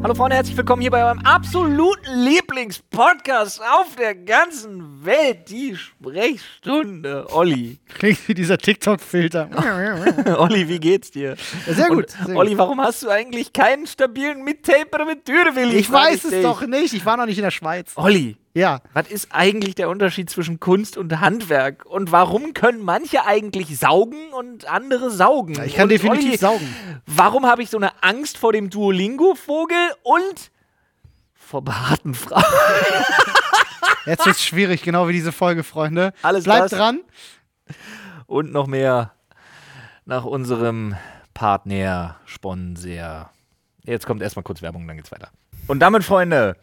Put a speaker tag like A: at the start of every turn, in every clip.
A: Hallo Freunde, herzlich willkommen hier bei eurem absoluten Lieblingspodcast auf der ganzen Welt, die Sprechstunde. Olli,
B: Klingt wie dieser TikTok-Filter.
A: Olli, wie geht's dir?
B: Sehr gut,
A: Und,
B: sehr
A: Olli, warum hast du eigentlich keinen stabilen Mittaper mit Türwilli?
B: Ich weiß es doch nicht. Ich war noch nicht in der Schweiz.
A: Olli,
B: Ja.
A: was ist eigentlich der Unterschied zwischen Kunst und Handwerk? Und warum können manche eigentlich saugen und andere saugen?
B: Ich kann
A: und
B: definitiv
A: Olli,
B: saugen.
A: Warum habe ich so eine Angst vor dem Duolingo-Vogel und vor behaarten Frauen?
B: Jetzt wird's schwierig, genau wie diese Folge, Freunde.
A: Alles das.
B: Bleibt dran.
A: und noch mehr nach unserem Partner, Sponsor. Jetzt kommt erstmal kurz Werbung, dann geht's weiter. Und damit, Freunde,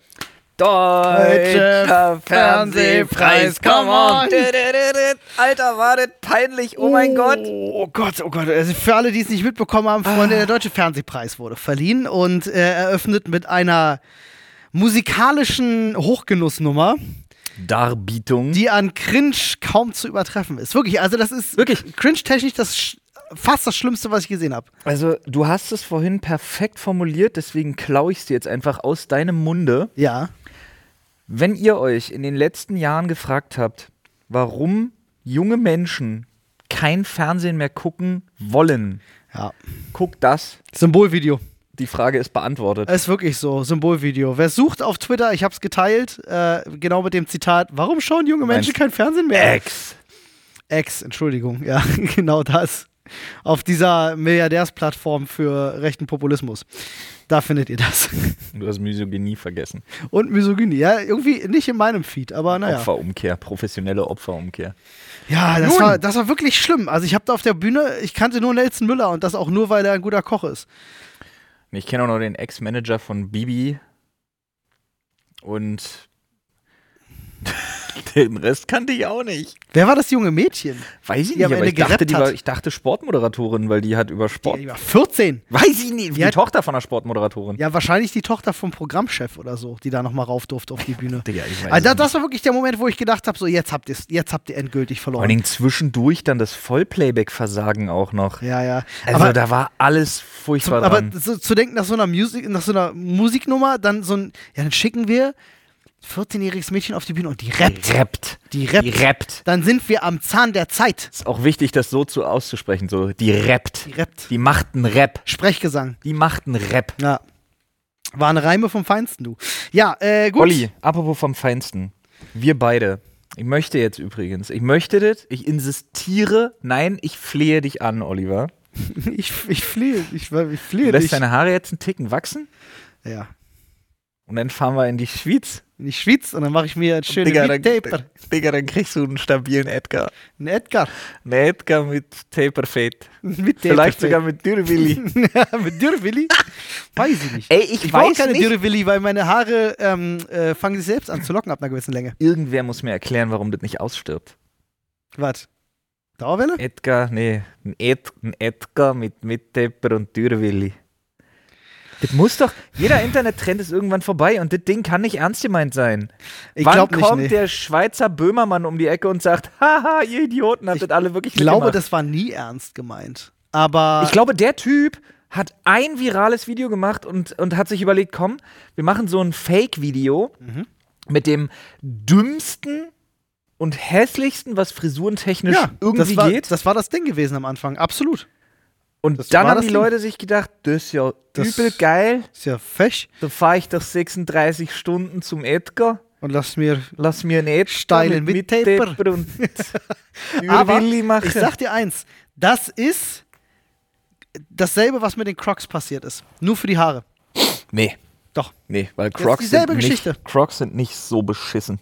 A: Deutscher
B: Deutscher
A: Fernsehpreis,
B: Fernsehpreis,
A: come
B: come
A: on!
B: on.
A: Alter, war das peinlich, oh mein Gott!
B: Oh Gott, oh Gott. Also für alle, die es nicht mitbekommen haben, Freunde, der Deutsche Fernsehpreis wurde verliehen und äh, eröffnet mit einer musikalischen Hochgenussnummer,
A: Darbietung.
B: die an Cringe kaum zu übertreffen ist. Wirklich, also das ist wirklich cringe-technisch das sch- fast das Schlimmste, was ich gesehen habe.
A: Also, du hast es vorhin perfekt formuliert, deswegen klaue ich es dir jetzt einfach aus deinem Munde.
B: Ja.
A: Wenn ihr euch in den letzten Jahren gefragt habt, warum junge Menschen kein Fernsehen mehr gucken wollen,
B: Ja.
A: guckt das.
B: Symbolvideo.
A: Die Frage ist beantwortet.
B: Ist wirklich so, Symbolvideo. Wer sucht auf Twitter, ich hab's geteilt, äh, genau mit dem Zitat, warum schauen junge Menschen
A: Meinst-
B: kein Fernsehen mehr?
A: Ex.
B: Ex, Entschuldigung, ja, genau das. Auf dieser Milliardärsplattform für rechten Populismus. Da findet ihr das.
A: Du hast Misogynie vergessen.
B: Und Misogynie, ja, irgendwie nicht in meinem Feed, aber naja.
A: Opferumkehr, professionelle Opferumkehr.
B: Ja, das
A: Nun.
B: war, das war wirklich schlimm. Also ich habe da auf der Bühne, ich kannte nur Nelson Müller und das auch nur, weil er ein guter Koch ist.
A: Und Ich kenne auch noch den Ex-Manager von Bibi. Und den Rest kannte ich auch nicht.
B: Wer war das junge Mädchen?
A: Weiß ich
B: Die
A: nicht,
B: am
A: aber
B: Ende
A: ich dachte,
B: gerappt
A: die
B: hat.
A: war, ich dachte Sportmoderatorin, weil die hat über Sport.
B: Die war 14.
A: Weiß ich nicht, die
B: hat-
A: Tochter von einer Sportmoderatorin.
B: Ja, wahrscheinlich die Tochter vom Programmchef oder so, die da nochmal rauf durfte auf die Bühne.
A: Digga, ich weiß
B: also da,
A: es
B: das war wirklich der Moment, wo ich gedacht habe, so jetzt habt ihr jetzt habt ihr endgültig
A: Vor allen
B: verloren.
A: Dingen zwischendurch dann das Vollplayback-Versagen auch noch.
B: Ja, ja.
A: Also
B: aber
A: da war alles furchtbar
B: aber
A: dran.
B: so, zu denken, nach so einer Musik, nach so einer Musiknummer, dann so ein, ja, dann schicken wir 14-jähriges Mädchen auf die Bühne und die rappt.
A: rappt.
B: Die rappt.
A: Die rappt.
B: Dann sind wir am Zahn der Zeit.
A: Ist auch wichtig, das so zu auszusprechen. So, die rappt.
B: Die rappt.
A: Die macht einen Rap.
B: Sprechgesang.
A: Die macht einen Rap.
B: Ja. Waren Reime vom Feinsten, du. Ja, äh, gut.
A: Olli, apropos vom Feinsten. Wir beide. Ich möchte jetzt übrigens, ich möchte das, ich insistiere, nein, ich flehe dich an, Oliver.
B: Ich, ich flehe, ich, ich
A: Du
B: flehe
A: lässt
B: dich.
A: deine Haare jetzt einen Ticken wachsen
B: Ja.
A: und dann fahren wir in die Schweiz.
B: Wenn ich schwitze und dann mache ich mir einen schönen
A: dann,
B: Taper.
A: Digga, dann kriegst du einen stabilen Edgar.
B: Ein Edgar.
A: Einen Edgar mit Taperfett.
B: Mit
A: Vielleicht sogar mit Dürrwilli.
B: sogar mit Dürrwilli? Weiß ich nicht.
A: Ey, ich
B: ich brauche
A: weiß
B: keine
A: nicht.
B: Dürrwilli, weil meine Haare ähm, äh, fangen sich selbst an zu locken ab einer gewissen Länge.
A: Irgendwer muss mir erklären, warum das nicht ausstirbt.
B: Was? Dauerwelle?
A: Edgar, nee, ein, Ed, ein Edgar mit Mittepper und Dürrwilli. Das muss doch, jeder Internettrend ist irgendwann vorbei und das Ding kann nicht ernst gemeint sein.
B: Ich
A: Wann
B: glaub nicht,
A: kommt
B: nee.
A: der Schweizer Böhmermann um die Ecke und sagt, haha, ihr Idioten, habt
B: Ich
A: das alle wirklich
B: Ich glaube,
A: mitgemacht?
B: das war nie ernst gemeint. Aber
A: Ich glaube, der Typ hat ein virales Video gemacht und, und hat sich überlegt, komm, wir machen so ein Fake-Video
B: Mhm.
A: mit dem dümmsten und hässlichsten, was frisurentechnisch
B: ja,
A: irgendwie
B: das war,
A: geht.
B: Das war das Ding gewesen am Anfang, absolut. das
A: Und dann
B: war
A: haben
B: das
A: die
B: Ding.
A: Leute sich gedacht, das ist ja
B: Das-
A: übel geil.
B: Ist ja fech.
A: Da fahre ich doch 36 Stunden zum Edgar,
B: Und lass mir.
A: lass mir einen Edgar
B: Steilen Mittaper.
A: Mittaper und
B: Aber
A: Willi machen.
B: ich sag dir eins: Das ist dasselbe, was mit den Crocs passiert ist. Nur für die Haare.
A: nee,
B: Doch.
A: nee, weil
B: ist dieselbe Geschichte.
A: Nicht, Crocs sind nicht so beschissen.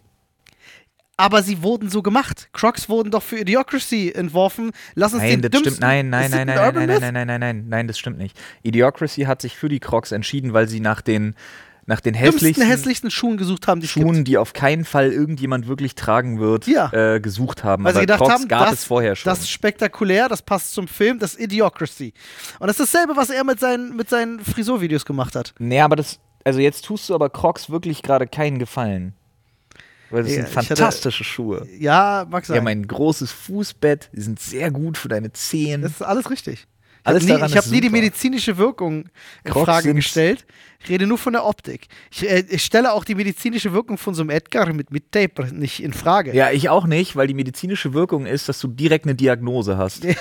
B: Aber sie wurden so gemacht. Crocs wurden doch für Idiocracy entworfen. Lass uns
A: Nein,
B: den
A: das stimmt.
B: dümmsten.
A: Nein, nein,
B: Ist das
A: nein,
B: ein
A: nein, nein, nein,
B: Urban
A: nein,
B: Myth?
A: nein, nein, nein, nein, nein, das stimmt nicht. Idiocracy hat sich für die Crocs entschieden, weil sie nach den, nach den hässlichsten
B: Dümmsten, hässlichsten Schuhen gesucht haben, die es gibt.
A: Schuhen, die auf keinen Fall irgendjemand wirklich tragen wird,
B: Ja.
A: äh, gesucht haben.
B: Weil sie
A: Aber
B: gedacht
A: Crocs
B: haben,
A: gab
B: das,
A: es vorher schon.
B: das ist spektakulär, das passt zum Film, das ist Idiocracy. Und das ist dasselbe, was er mit seinen, mit seinen Frisurvideos gemacht hat.
A: Nee, aber das. Also jetzt tust du aber Crocs wirklich gerade keinen Gefallen. Weil das
B: Ja,
A: sind
B: ich hatte-
A: fantastische Schuhe.
B: Ja, mag
A: Die
B: sein.
A: haben ein großes Fußbett, die sind sehr gut für deine Zehen.
B: das ist alles richtig.
A: Alles
B: ich habe
A: daran
B: nie, ich hab
A: ist
B: nie die
A: super.
B: medizinische Wirkung in
A: Crocs
B: Frage
A: sind-
B: gestellt. Ich rede nur von der Optik. Ich, äh, ich stelle auch die medizinische Wirkung von so einem Edgar mit, mit Tape nicht in Frage.
A: Ja, ich auch nicht, weil die medizinische Wirkung ist, dass du direkt eine Diagnose hast. Wer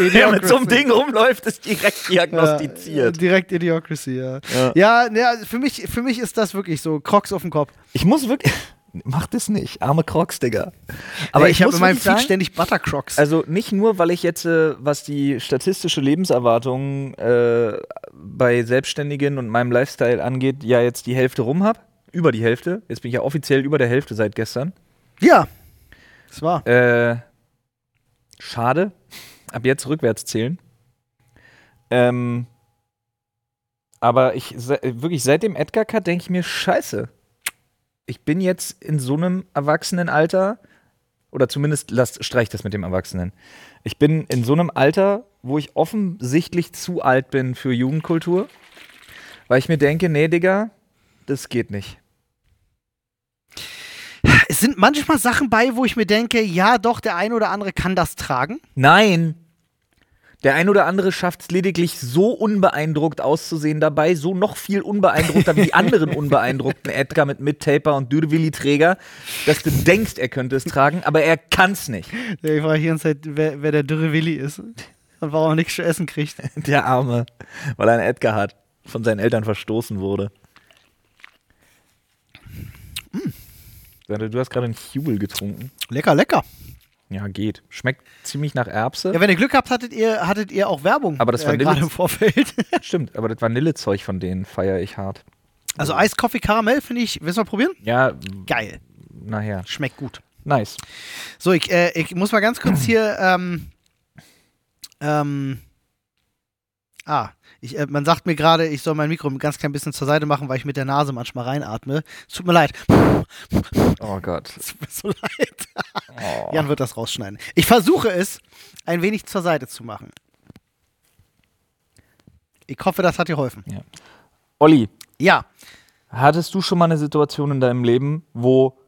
B: Idiocracy.
A: mit so einem Ding rumläuft, ist direkt
B: Ja,
A: diagnostiziert.
B: Äh, direkt Idiocracy, ja.
A: Ja.
B: Ja, ja für, mich, für mich ist das wirklich so Crocs auf dem Kopf.
A: Ich muss wirklich. Mach das nicht, arme Crocs, Digga. Aber
B: Ey,
A: ich,
B: habe
A: muss
B: in meinem
A: wirklich
B: Feed
A: sagen,
B: ständig Buttercrocs.
A: also nicht nur, weil ich jetzt, äh, was die statistische Lebenserwartung äh, bei Selbstständigen und meinem Lifestyle angeht, ja jetzt die Hälfte rum habe. Über die Hälfte. Jetzt bin ich ja offiziell über der Hälfte seit gestern.
B: ja. Das war.
A: Äh, schade. Ab jetzt rückwärts zählen. Ähm, aber ich se- wirklich seit dem Edgar Cut denke ich mir Scheiße. Ich bin jetzt in so einem Erwachsenenalter oder zumindest lasst streich das mit dem Erwachsenen. Ich bin in so einem Alter, wo ich offensichtlich zu alt bin für Jugendkultur, weil ich mir denke, nee, Digga, das geht nicht.
B: Es sind manchmal Sachen bei, wo ich mir denke, ja, doch, der eine oder andere kann das tragen.
A: Nein. Der ein oder andere schafft es lediglich so unbeeindruckt auszusehen dabei, so noch viel unbeeindruckter wie die anderen unbeeindruckten Edgar mit Mittaper und Dürrwilli-Träger, dass du denkst, er könnte es tragen, aber er kann es nicht.
B: Ja, ich war hier und Zeit, wer, wer der dürre Willi ist und warum er nichts zu essen kriegt.
A: Der Arme, weil er einen Edgar hat, von seinen Eltern verstoßen wurde. Hm. Du hast gerade einen Hubel getrunken.
B: Lecker, lecker.
A: Ja, geht. Schmeckt ziemlich nach Erbse.
B: Ja, wenn ihr Glück habt, hattet ihr, hattet ihr auch Werbung. äh,
A: Aber das war
B: gerade
A: Limits.
B: im Vorfeld.
A: Stimmt, aber das Vanillezeug von denen feiere ich hart.
B: Also Eis, Kaffee, Karamell finde ich, willst du mal probieren?
A: Ja,
B: Geil.
A: naja.
B: Schmeckt gut.
A: Nice.
B: So, ich, äh, ich muss mal ganz kurz hier. Ähm, ähm, ah, ich, äh, man sagt mir gerade, ich soll mein Mikro ein ganz klein bisschen zur Seite machen, weil ich mit der Nase manchmal reinatme. Es tut mir leid.
A: Oh Gott.
B: Es tut mir so leid.
A: Oh.
B: Jan wird das rausschneiden. Ich versuche es, ein wenig zur Seite zu machen. Ich hoffe, das hat dir geholfen.
A: Olli,
B: Ja,
A: hattest du schon mal eine Situation in deinem Leben, wo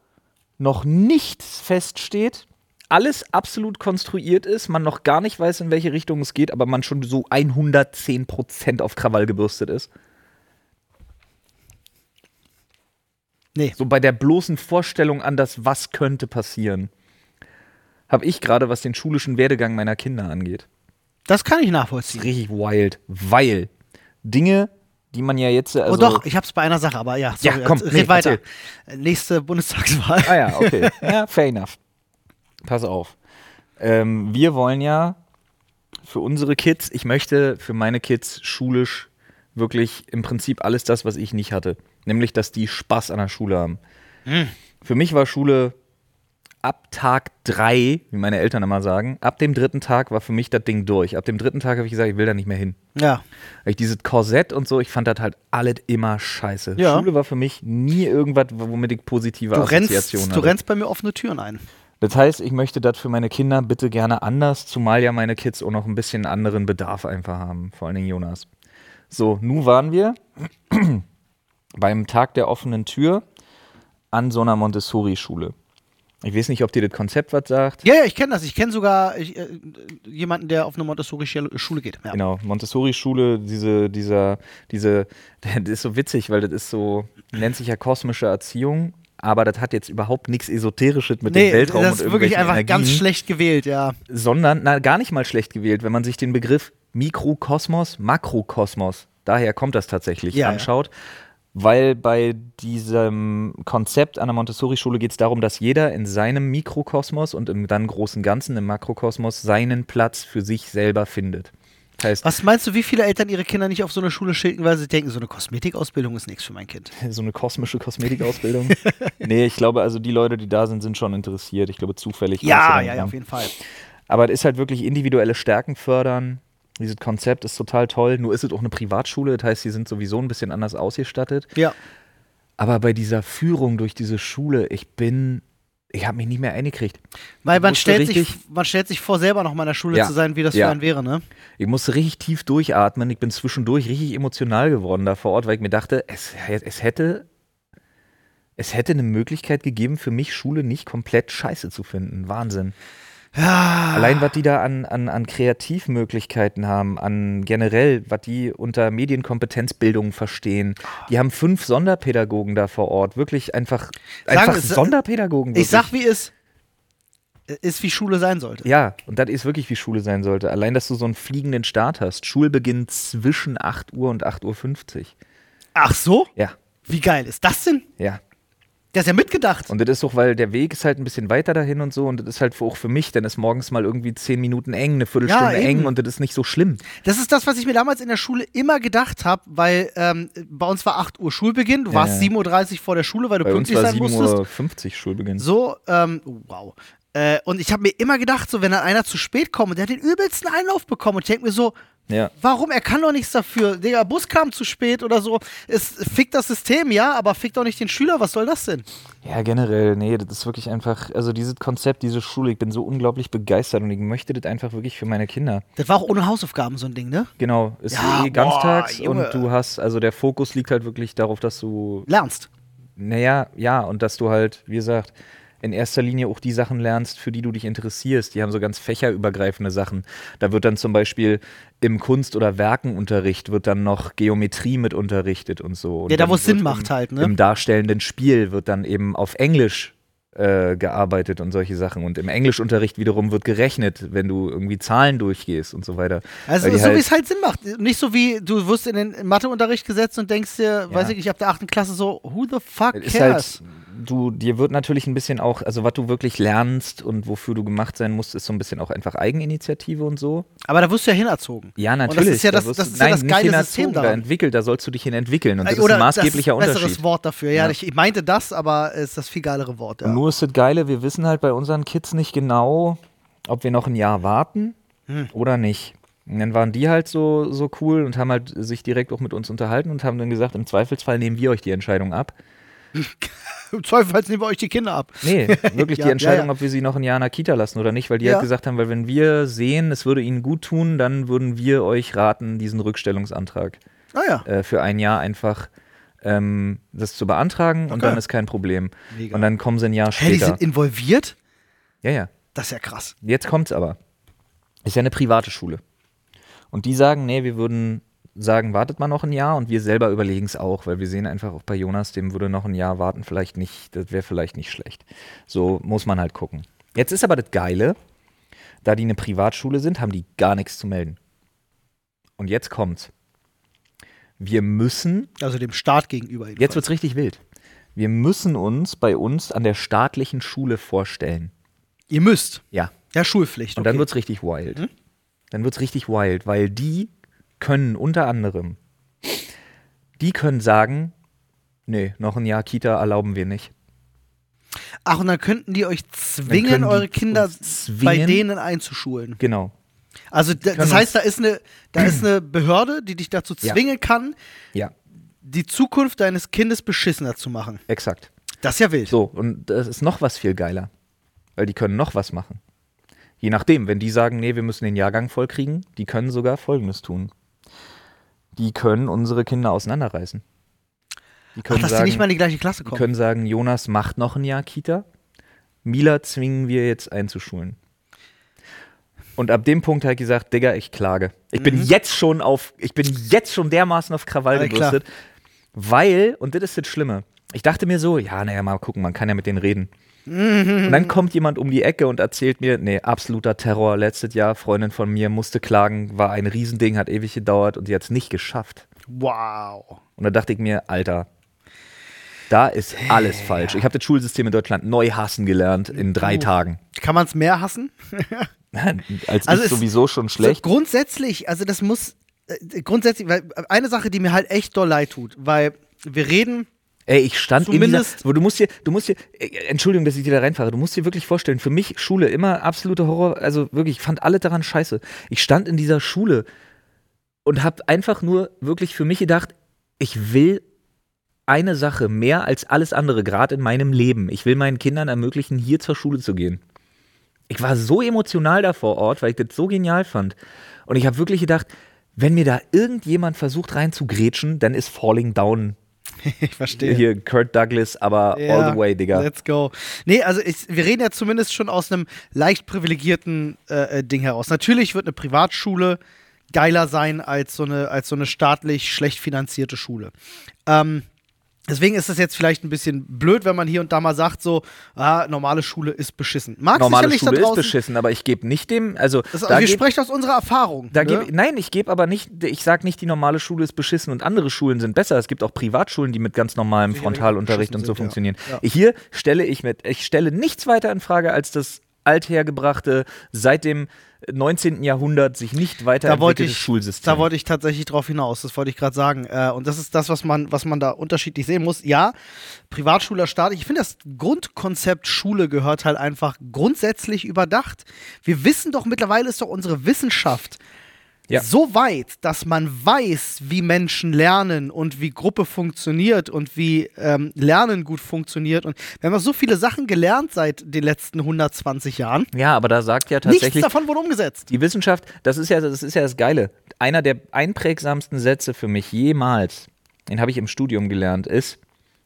A: noch nichts feststeht, alles absolut konstruiert ist, man noch gar nicht weiß, in welche Richtung es geht, aber man schon so 110% auf Krawall gebürstet ist?
B: nee.
A: So bei der bloßen Vorstellung an das, was könnte passieren. Habe ich gerade, was den schulischen Werdegang meiner Kinder angeht.
B: Das kann ich nachvollziehen.
A: Richtig wild, weil Dinge, die man ja jetzt. Also
B: oh doch, ich hab's bei einer Sache, aber ja, sorry,
A: Ja, komm,
B: red
A: nee,
B: weiter. Nächste Bundestagswahl.
A: Ah ja, okay. ja, fair enough. Pass auf. Ähm, wir wollen ja für unsere Kids, ich möchte für meine Kids schulisch wirklich im Prinzip alles das, was ich nicht hatte. Nämlich, dass die Spaß an der Schule haben.
B: Hm.
A: Für mich war Schule ab Tag drei, wie meine Eltern immer sagen, ab dem dritten Tag war für mich das Ding durch. Ab dem dritten Tag habe ich gesagt, ich will da nicht mehr hin.
B: Ja.
A: Weil ich dieses Korsett und so, ich fand das halt alles immer scheiße.
B: Ja.
A: Schule war für mich nie irgendwas, womit ich positive
B: Du rennst,
A: Assoziationen
B: du
A: hatte.
B: rennst bei mir offene Türen ein.
A: Das heißt, ich möchte das für meine Kinder bitte gerne anders, zumal ja meine Kids auch noch ein bisschen anderen Bedarf einfach haben, vor allen Dingen Jonas. So, nun waren wir beim Tag der offenen Tür an so einer Montessori-Schule. Ich weiß nicht, ob dir das Konzept was sagt.
B: Ja, ja, ich kenne das. Ich kenne sogar ich, äh, jemanden, der auf eine Montessori-Schule geht. Ja.
A: Genau, Montessori-Schule, diese, dieser, diese, das ist so witzig, weil das ist so, nennt sich ja kosmische Erziehung, aber das hat jetzt überhaupt nichts Esoterisches mit
B: Nee,
A: dem Weltraum
B: das
A: und
B: ist wirklich
A: irgendwelchen
B: einfach
A: Energien.
B: ganz schlecht gewählt, ja.
A: sondern na, gar nicht mal schlecht gewählt, wenn man sich den Begriff Mikrokosmos, Makrokosmos, daher kommt das tatsächlich,
B: Ja, ja.
A: anschaut. Weil bei diesem Konzept an der Montessori-Schule geht es darum, dass jeder in seinem Mikrokosmos und im dann großen Ganzen, im Makrokosmos, seinen Platz für sich selber findet. Das heißt,
B: Was meinst du, wie viele Eltern ihre Kinder nicht auf so eine Schule schicken, weil sie denken, so eine Kosmetikausbildung ist nichts für mein Kind?
A: so eine kosmische Kosmetikausbildung. nee, ich glaube, also die Leute, die da sind, sind schon interessiert. Ich glaube, zufällig.
B: Ja,
A: kommst du
B: ja,
A: dann
B: ja,
A: dran.
B: auf jeden Fall.
A: Aber es ist halt wirklich individuelle Stärken fördern. Dieses Konzept ist total toll. Nur ist es auch eine Privatschule, das heißt, sie sind sowieso ein bisschen anders ausgestattet.
B: Ja.
A: Aber bei dieser Führung durch diese Schule, ich bin, ich habe mich nicht mehr eingekriegt.
B: Weil man
A: Musst du
B: stellt, sich,
A: richtig-
B: man stellt sich vor, selber noch mal in der Schule
A: Ja.
B: zu sein, wie das
A: Ja.
B: für einen wäre, ne?
A: Ich musste richtig tief durchatmen. Ich bin zwischendurch richtig emotional geworden da vor Ort, weil ich mir dachte, es, es hätte. Es hätte eine Möglichkeit gegeben, für mich Schule nicht komplett scheiße zu finden. Wahnsinn.
B: Ja.
A: Allein, was die da an, an, an Kreativmöglichkeiten haben, an generell, was die unter Medienkompetenzbildung verstehen. Die haben fünf Sonderpädagogen da vor Ort. Wirklich einfach,
B: Sagen
A: einfach
B: es-
A: Sonderpädagogen. Wirklich.
B: Ich sag, wie es äh, ist, wie Schule sein sollte.
A: ja, und das ist wirklich wie Schule sein sollte. Allein, dass du so einen fliegenden Start hast. Schulbeginn zwischen 8 Uhr und 8.50 Uhr.
B: Ach so?
A: Ja,
B: Wie geil ist das denn?
A: ja.
B: Der ist ja mitgedacht.
A: Und das ist doch, weil der Weg ist halt ein bisschen weiter dahin und so. Und das ist halt auch für mich, dann ist morgens mal irgendwie zehn Minuten eng, eine Viertelstunde
B: Ja, eben.
A: eng und das ist nicht so schlimm.
B: Das ist das, was ich mir damals in der Schule immer gedacht habe, weil ähm, bei uns war 8 Uhr Schulbeginn, du warst
A: ja.
B: 7.30 Uhr vor der Schule, weil du
A: Bei uns
B: pünktlich
A: war
B: sein musstest.
A: 7.50 Uhr Schulbeginn.
B: So, ähm, wow. Äh, und ich habe mir immer gedacht, so, wenn dann einer zu spät kommt und der hat den übelsten Einlauf bekommen und ich denke mir so,
A: Ja.
B: warum? Er kann doch nichts dafür. Der Bus kam zu spät oder so. Es fickt das System, ja, aber fickt doch nicht den Schüler. Was soll das denn?
A: Ja, generell, nee, das ist wirklich einfach, also dieses Konzept, diese Schule, ich bin so unglaublich begeistert und ich möchte das einfach wirklich für meine Kinder.
B: Das war auch ohne Hausaufgaben so ein Ding, ne?
A: Genau, ist
B: Ja,
A: eh ganztags
B: boah, Junge.
A: und du hast, also der Fokus liegt halt wirklich darauf, dass du,
B: Lernst.
A: naja, ja, und dass du halt, wie gesagt, in erster Linie auch die Sachen lernst, für die du dich interessierst. Die haben so ganz fächerübergreifende Sachen. Da wird dann zum Beispiel im Kunst- oder Werkenunterricht wird dann noch Geometrie mit unterrichtet und so. Und
B: Ja, da
A: dann
B: wo es
A: wird
B: Sinn macht halt, ne?
A: im darstellenden Spiel wird dann eben auf Englisch äh, gearbeitet und solche Sachen. Und im Englischunterricht wiederum wird gerechnet, wenn du irgendwie Zahlen durchgehst und so weiter.
B: Also
A: Weil
B: so
A: die
B: wie es halt Sinn macht. Nicht so wie du wirst in den Matheunterricht gesetzt und denkst dir, weiß ich, ich ab der achten Klasse so, who the fuck
A: ist
B: cares?
A: halt, du, dir wird natürlich ein bisschen auch, also was du wirklich lernst und wofür du gemacht sein musst, ist so ein bisschen auch einfach Eigeninitiative und so.
B: aber da wirst du ja hinerzogen.
A: Ja, natürlich.
B: Und das ist ja
A: da
B: das,
A: wirst
B: das,
A: du-
B: ist ja
A: nein,
B: das
A: nicht
B: geile
A: hinerzogen,
B: System
A: Da
B: daran.
A: entwickelt, da sollst du dich hin entwickeln. Und das
B: Oder
A: ist ein maßgeblicher
B: das
A: Unterschied.
B: besseres Wort dafür. Ja,
A: Ja.
B: Ich, ich meinte das, aber es ist das viel geilere Wort. Ja.
A: Nur ist das Geile, wir wissen halt bei unseren Kids nicht genau, ob wir noch ein Jahr warten
B: Hm.
A: oder nicht. Und dann waren die halt so, so cool und haben halt sich direkt auch mit uns unterhalten und haben dann gesagt, im Zweifelsfall nehmen wir euch die Entscheidung ab.
B: Im Zweifel nehmen wir euch die Kinder ab.
A: Nee, wirklich
B: Ja,
A: die Entscheidung,
B: ja, ja.
A: ob wir sie noch ein Jahr in der Kita lassen oder nicht, weil die
B: Ja.
A: halt gesagt haben, weil wenn wir sehen, es würde ihnen gut tun, dann würden wir euch raten, diesen Rückstellungsantrag
B: Naja.
A: äh, für ein Jahr einfach ähm, das zu beantragen und
B: Okay.
A: dann ist kein Problem.
B: Mega.
A: Und dann kommen sie ein Jahr
B: Hä, die
A: später.
B: sind involviert?
A: ja, ja.
B: Das ist ja krass.
A: Jetzt kommt's aber. Ist ja eine private Schule. Und die sagen, nee, wir würden sagen, wartet mal noch ein Jahr und wir selber überlegen es auch, weil wir sehen einfach auch bei Jonas, dem würde noch ein Jahr warten, vielleicht nicht, das wäre vielleicht nicht schlecht. So muss man halt gucken. Jetzt ist aber das Geile, da die eine Privatschule sind, haben die gar nichts zu melden. Und jetzt kommt's. Wir müssen
B: Also dem Staat gegenüber.
A: Jetzt
B: jedenfalls.
A: wird's richtig wild. Wir müssen uns bei uns an der staatlichen Schule vorstellen.
B: Ihr müsst.
A: Ja.
B: Ja, Schulpflicht.
A: Und dann
B: okay. Mhm.
A: wird's richtig wild. Dann wird's richtig wild, weil die können unter anderem, die können sagen, nee, noch ein Jahr Kita erlauben wir nicht.
B: Ach, und dann könnten die euch zwingen,
A: können die
B: eure Kinder
A: uns
B: bei
A: zwingen.
B: denen einzuschulen.
A: Genau.
B: Also d- das
A: uns-
B: heißt, da ist eine, da ist eine Behörde, die dich dazu
A: Genau. Ja.
B: zwingen kann,
A: Ja,
B: die Zukunft deines Kindes beschissener zu machen.
A: exakt.
B: Das ist ja wild.
A: So, und das ist noch was viel geiler. Weil die können noch was machen. Je nachdem, wenn die sagen, nee, wir müssen den Jahrgang vollkriegen, die können sogar Folgendes tun. Die können unsere Kinder auseinanderreißen. Die
B: Ach,
A: können
B: dass die
A: sagen,
B: nicht mal in die gleiche Klasse
A: die
B: kommen.
A: können sagen, Jonas macht noch ein Jahr Kita. Mila zwingen wir jetzt einzuschulen. Und ab dem Punkt habe ich gesagt, Digga, ich klage. Ich
B: Mhm.
A: bin jetzt schon auf, ich bin jetzt schon dermaßen auf Krawall
B: Ja, klar.
A: gebürstet. Weil, und das ist das Schlimme, ich dachte mir so, ja, naja, mal gucken, man kann ja mit denen reden. Und dann kommt jemand um die Ecke und erzählt mir, nee, absoluter Terror. Letztes Jahr, Freundin von mir musste klagen, war ein Riesending, hat ewig gedauert und sie hat es nicht geschafft.
B: Wow.
A: Und da dachte ich mir, Alter, da ist alles falsch. Ich habe das Schulsystem in Deutschland neu hassen gelernt in drei Tagen.
B: Kann man es mehr hassen?
A: Als
B: Also
A: ich
B: es-
A: sowieso schon schlecht.
B: So, grundsätzlich, also das muss äh, grundsätzlich, weil äh, eine Sache, die mir halt echt doll leid tut, weil wir reden,
A: Ey, ich stand in dieser,
B: Zumindest-
A: wo du musst dir, du musst dir, äh, Entschuldigung, dass ich dir da reinfahre, du musst dir wirklich vorstellen, für mich Schule immer absolute Horror, also wirklich, ich fand alle daran scheiße. Ich stand in dieser Schule und habe einfach nur wirklich für mich gedacht, ich will eine Sache mehr als alles andere, gerade in meinem Leben. Ich will meinen Kindern ermöglichen, hier zur Schule zu gehen. Ich war so emotional da vor Ort, weil ich das so genial fand. Und ich habe wirklich gedacht, wenn mir da irgendjemand versucht reinzugrätschen, dann ist Falling Down
B: ich verstehe.
A: Hier Kurt Douglas, aber
B: Ja,
A: all the way, Digga.
B: Let's go. Nee, also ich, wir reden ja zumindest schon aus einem leicht privilegierten äh, äh, Ding heraus. Natürlich wird eine Privatschule geiler sein als so eine, als so eine staatlich schlecht finanzierte Schule. Ähm, deswegen ist es jetzt vielleicht ein bisschen blöd, wenn man hier und da mal sagt, so, ah, normale Schule ist beschissen. Mag
A: Normale
B: sicherlich
A: Schule
B: da
A: ist
B: draußen.
A: beschissen, aber ich gebe nicht dem, also
B: das,
A: da
B: wir
A: geb-
B: sprechen aus unserer Erfahrung.
A: Da
B: ne?
A: geb, nein, ich gebe aber nicht, ich sage nicht, die normale Schule ist beschissen und andere Schulen sind besser. Es gibt auch Privatschulen, die mit ganz normalem
B: Sicherlich
A: Frontalunterricht
B: beschissen
A: und so
B: sind, ja.
A: funktionieren.
B: Ja.
A: Hier stelle ich mit, ich stelle nichts weiter in Frage als das althergebrachte, seit dem 19. Jahrhundert sich nicht
B: da wollte
A: weiterentwickelte
B: ich,
A: Schulsystem.
B: Da wollte ich tatsächlich drauf hinaus, das wollte ich gerade sagen. Äh, und das ist das, was man, was man da unterschiedlich sehen muss. Ja, Privatschule, Staat, ich finde, das Grundkonzept Schule gehört halt einfach grundsätzlich überdacht. Wir wissen doch mittlerweile ist doch unsere Wissenschaft
A: Ja.
B: so weit, dass man weiß, wie Menschen lernen und wie Gruppe funktioniert und wie ähm, Lernen gut funktioniert. Und wir haben doch so viele Sachen gelernt seit den letzten 120 Jahren.
A: ja, aber da sagt ja
B: Nichts
A: tatsächlich
B: davon wurde umgesetzt.
A: die Wissenschaft, das ist ja, das ist ja das Geile. Einer der einprägsamsten Sätze für mich jemals, den habe ich im Studium gelernt, ist,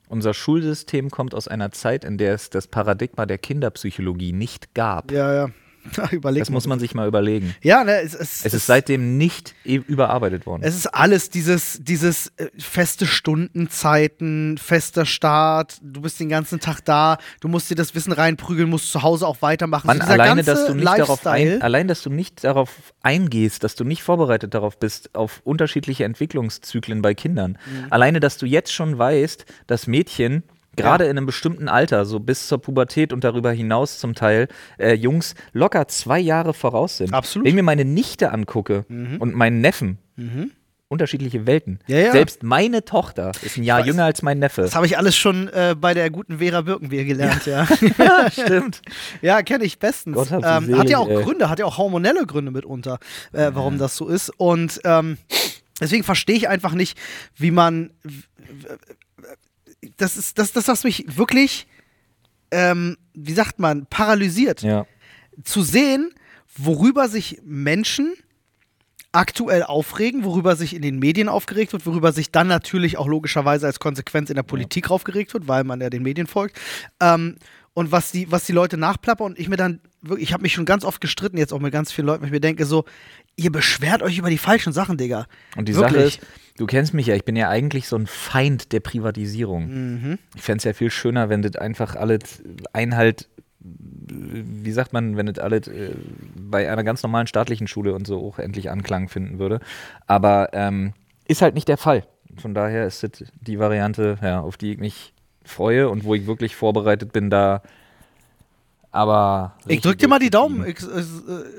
A: unser Schulsystem kommt aus einer Zeit, in der es das Paradigma der Kinderpsychologie nicht gab.
B: Ja, ja. Überleg
A: Das muss man sich mal überlegen.
B: Ja, ne, es, es,
A: Es ist seitdem nicht e- überarbeitet worden.
B: es ist alles dieses, dieses äh, feste Stundenzeiten, fester Start, du bist den ganzen Tag da, du musst dir das Wissen reinprügeln, musst zu Hause auch weitermachen.
A: Man,
B: So Also dieser
A: alleine,
B: ganze
A: dass du nicht darauf ein, Also
B: Lifestyle-
A: allein, dass du nicht darauf eingehst, dass du nicht vorbereitet darauf bist, auf unterschiedliche Entwicklungszyklen bei Kindern.
B: Mhm.
A: Alleine, dass du jetzt schon weißt, dass Mädchen gerade in einem bestimmten Alter, so bis zur Pubertät und darüber hinaus zum Teil, äh, Jungs locker zwei Jahre voraus sind.
B: Absolut. Mhm.
A: Wenn ich mir meine Nichte angucke und meinen Neffen, unterschiedliche Welten.
B: Ja, ja.
A: Selbst meine Tochter ist ein Jahr
B: weiß.
A: jünger als mein Neffe.
B: Das habe ich alles schon äh, bei der guten Vera Birkenwehr gelernt, ja.
A: Stimmt.
B: Ja, kenne ich bestens.
A: Gott hab sie
B: ähm, hat
A: selig,
B: ja auch
A: ey.
B: Gründe, hat ja auch hormonelle Gründe mitunter, äh, warum das so ist. Und ähm, deswegen verstehe ich einfach nicht, wie man. Das ist das, das was mich wirklich, ähm, wie sagt man, paralysiert
A: Ja.
B: zu sehen, worüber sich Menschen aktuell aufregen, worüber sich in den Medien aufgeregt wird, worüber sich dann natürlich auch logischerweise als Konsequenz in der Politik aufgeregt wird, weil man ja den Medien folgt. Ähm, und was die, was die Leute nachplappern und ich mir dann wirklich, ich habe mich schon ganz oft gestritten, jetzt auch mit ganz vielen Leuten, weil ich mir denke so, ihr beschwert euch über die falschen Sachen, Digga.
A: Und die Sache
B: Wirklich.
A: ist, du kennst mich ja, ich bin ja eigentlich so ein Feind der Privatisierung.
B: Mhm.
A: Ich fände es ja viel schöner, wenn das einfach alles Einhalt, äh, wie sagt man, wenn das alles äh, bei einer ganz normalen staatlichen Schule und so auch endlich Anklang finden würde. Aber ähm, ist halt nicht der Fall. Von daher ist das die Variante, ja, auf die ich mich freue und wo ich wirklich vorbereitet bin, da. Aber.
B: Ich drück dir mal die Daumen, ich, äh,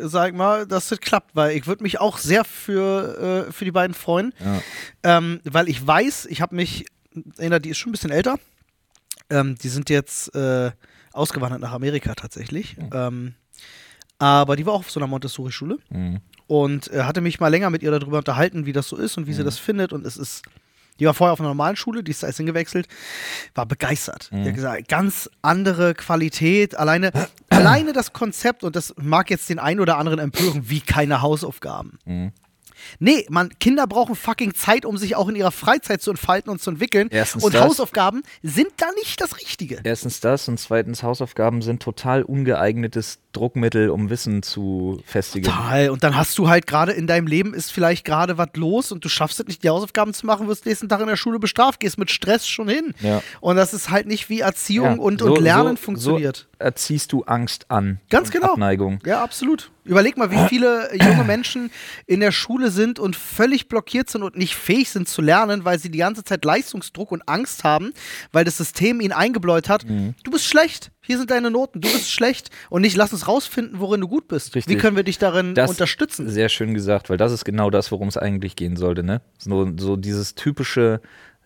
B: sag mal, dass das klappt, weil ich würde mich auch sehr für, äh, für die beiden freuen.
A: Ja.
B: Ähm, weil ich weiß, ich habe mich, Ena, die ist schon ein bisschen älter. Ähm, die sind jetzt äh, ausgewandert nach Amerika tatsächlich. Ähm, aber die war auch auf so einer Montessori-Schule
A: Mhm.
B: und äh, hatte mich mal länger mit ihr darüber unterhalten, wie das so ist und
A: Mhm.
B: wie sie das findet. Und es ist, die war vorher auf einer normalen Schule, die ist da jetzt hingewechselt, war begeistert.
A: Mhm.
B: Die hat gesagt, ganz andere Qualität, alleine, alleine das Konzept, und das mag jetzt den einen oder anderen empören, wie keine Hausaufgaben.
A: Mhm.
B: Nee, man, Kinder brauchen fucking Zeit, um sich auch in ihrer Freizeit zu entfalten und zu entwickeln.
A: Erstens
B: und
A: das.
B: Hausaufgaben sind da nicht das Richtige.
A: Erstens das und zweitens Hausaufgaben sind total ungeeignetes Druckmittel, um Wissen zu festigen.
B: Total. Und dann hast du halt gerade in deinem Leben ist vielleicht gerade was los und du schaffst es nicht, die Hausaufgaben zu machen, wirst nächsten Tag in der Schule bestraft, gehst mit Stress schon hin.
A: Ja.
B: Und das ist halt nicht wie Erziehung
A: Ja,
B: und,
A: so-
B: und Lernen
A: so,
B: funktioniert.
A: So erziehst du Angst an.
B: Ganz
A: und
B: genau.
A: Abneigung.
B: Ja, absolut. Überleg mal, wie viele junge Menschen in der Schule sind und völlig blockiert sind und nicht fähig sind zu lernen, weil sie die ganze Zeit Leistungsdruck und Angst haben, weil das System ihnen eingebläut hat.
A: Mhm.
B: Du bist schlecht. Hier sind deine Noten. Du bist schlecht. Und nicht lass uns rausfinden, worin du gut bist.
A: Richtig.
B: Wie können wir dich darin unterstützen?
A: Sehr schön gesagt, weil das ist genau das, worum es eigentlich gehen sollte, ne? So, so dieses typische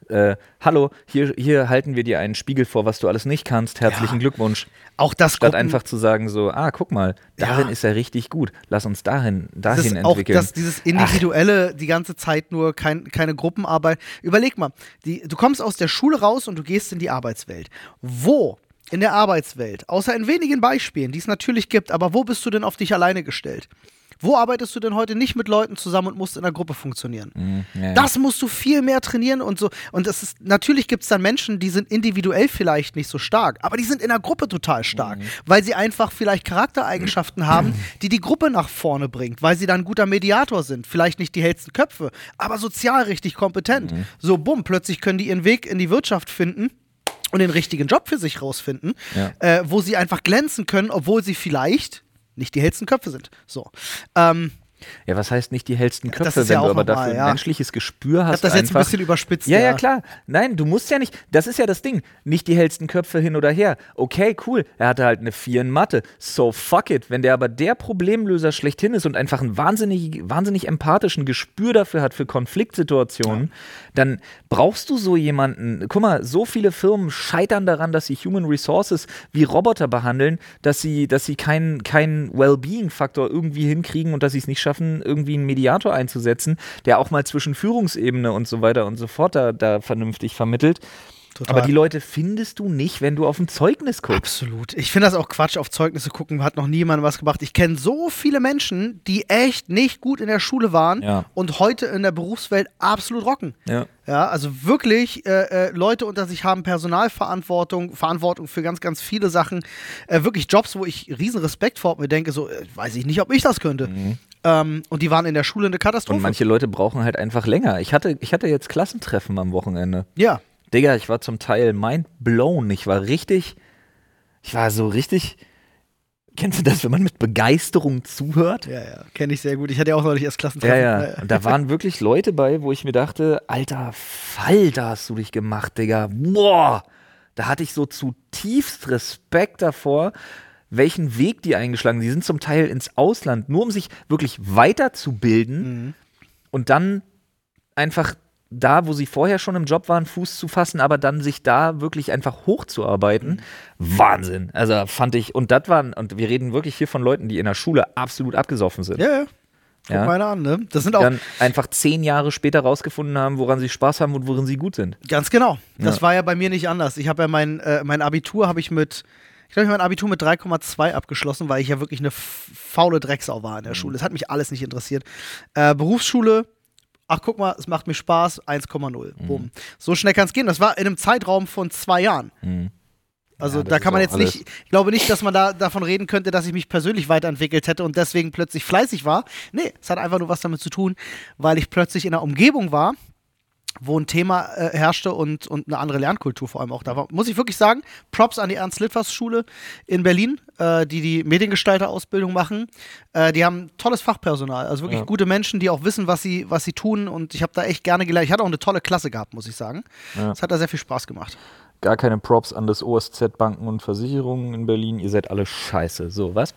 A: äh, Hallo, hier, hier halten wir dir einen Spiegel vor, was du alles nicht kannst. Herzlichen
B: Ja.
A: Glückwunsch.
B: Auch das
A: Statt
B: Gruppen-
A: einfach zu sagen, so, ah, guck mal, darin
B: Ja.
A: ist er richtig gut. Lass uns dahin,
B: Das
A: dahin
B: ist auch
A: entwickeln.
B: das, dieses individuelle, die ganze Zeit nur kein, keine Gruppenarbeit. Überleg mal, die, du kommst aus der Schule raus und du gehst in die Arbeitswelt. Wo in der Arbeitswelt, außer in wenigen Beispielen, die es natürlich gibt, aber wo bist du denn auf dich alleine gestellt? Wo arbeitest du denn heute nicht mit Leuten zusammen und musst in einer Gruppe funktionieren?
A: Mhm, ja, ja.
B: Das musst du viel mehr trainieren und so. Und es ist, natürlich gibt es dann Menschen, die sind individuell vielleicht nicht so stark, aber die sind in der Gruppe total stark,
A: Mhm.
B: weil sie einfach vielleicht Charaktereigenschaften haben, die die Gruppe nach vorne bringt, weil sie dann ein guter Mediator sind. Vielleicht nicht die hellsten Köpfe, aber sozial richtig kompetent.
A: Mhm.
B: So, bumm, plötzlich können die ihren Weg in die Wirtschaft finden. Und den richtigen Job für sich rausfinden,
A: Ja.
B: äh, wo sie einfach glänzen können, obwohl sie vielleicht nicht die hellsten Köpfe sind. So. Ähm,
A: Ja, was heißt nicht die hellsten Köpfe,
B: das ist
A: wenn
B: ja
A: du
B: auch
A: aber
B: normal,
A: dafür
B: ja.
A: ein menschliches Gespür
B: ich
A: hast?
B: habe das jetzt
A: einfach.
B: ein bisschen überspitzt.
A: Ja, ja, klar. Nein, du musst ja nicht. Das ist ja das Ding. Nicht die hellsten Köpfe hin oder her. Okay, cool. Er hatte halt eine 4 in Mathe. So fuck it. Wenn der aber der Problemlöser schlechthin ist und einfach ein wahnsinnig, wahnsinnig empathischen Gespür dafür hat für Konfliktsituationen, dann brauchst du so jemanden. Guck mal, so viele Firmen scheitern daran, dass sie Human Resources wie Roboter behandeln, dass sie, dass sie keinen keinen Wellbeing-Faktor irgendwie hinkriegen und dass sie es nicht schaffen, irgendwie einen Mediator einzusetzen, der auch mal zwischen Führungsebene und so weiter und so fort da, da vernünftig vermittelt.
B: Total.
A: Aber die Leute findest du nicht, wenn du auf ein Zeugnis guckst.
B: Absolut. Ich finde das auch Quatsch, auf Zeugnisse gucken, hat noch niemand was gemacht. Ich kenne so viele Menschen, die echt nicht gut in der Schule waren
A: Ja.
B: und heute in der Berufswelt absolut rocken.
A: Ja.
B: Ja, also wirklich, äh, äh, Leute unter sich haben Personalverantwortung, Verantwortung für ganz, ganz viele Sachen. Äh, wirklich Jobs, wo ich riesen Respekt vor hab, mir denke, so, äh, weiß ich nicht, ob ich das könnte. Ähm, und die waren in der Schule eine Katastrophe.
A: Mhm. Und manche Leute brauchen halt einfach länger. Ich hatte, ich hatte jetzt Klassentreffen am Wochenende.
B: ja.
A: Digga, ich war zum Teil mind blown. Ich war richtig, ich war so richtig. Kennst du das, wenn man mit Begeisterung zuhört?
B: Ja, ja, kenne ich sehr gut. Ich hatte ja auch neulich
A: Ja,
B: erst Klassentreffen.
A: ja. Und da waren wirklich Leute bei, wo ich mir dachte, alter Fall, da hast du dich gemacht, Digga. Boah. Da hatte ich so zutiefst Respekt davor, welchen Weg die eingeschlagen. Die sind zum Teil ins Ausland, nur um sich wirklich weiterzubilden und dann einfach da, wo sie vorher schon im Job waren, Fuß zu fassen, aber dann sich da wirklich einfach hochzuarbeiten. Wahnsinn. Also fand ich, und das waren, und wir reden wirklich hier von Leuten, die in der Schule absolut abgesoffen sind
B: ja, ja. Guck
A: Ja.
B: mal einer an, ne? Das sind auch
A: dann einfach zehn Jahre später rausgefunden haben, woran sie Spaß haben und worin sie gut sind.
B: Ganz genau. Das
A: Ja.
B: war ja bei mir nicht anders. Ich habe ja mein, äh, mein Abitur habe ich mit, ich glaube, ich hab mein Abitur mit 3,2 abgeschlossen, weil ich ja wirklich eine f- faule Drecksau war in
A: Mhm.
B: der Schule. Es hat mich alles nicht interessiert. Äh, Berufsschule, ach guck mal, es macht mir Spaß, 1,0.
A: Mhm.
B: Bumm. So schnell kann es gehen. Das war in einem Zeitraum von zwei Jahren. Also
A: Mhm. Ja, das
B: da
A: ist
B: kann man
A: auch
B: jetzt
A: alles.
B: nicht, ich glaube nicht, dass man da davon reden könnte, dass ich mich persönlich weiterentwickelt hätte und deswegen plötzlich fleißig war. Nee, es hat einfach nur was damit zu tun, weil ich plötzlich in einer Umgebung war, wo ein Thema äh, herrschte und, und eine andere Lernkultur vor allem auch da war. Muss ich wirklich sagen, Props an die Ernst-Litvers-Schule in Berlin, äh, die die Mediengestalter-Ausbildung machen. Äh, die haben tolles Fachpersonal, also wirklich
A: Ja.
B: gute Menschen, die auch wissen, was sie, was sie tun und ich habe da echt gerne gelernt. Ich hatte auch eine tolle Klasse gehabt, muss ich sagen. Es
A: Ja.
B: hat da sehr viel Spaß gemacht.
A: Gar keine Props an das OSZ Banken und Versicherungen in Berlin. Ihr seid alle scheiße. So, was?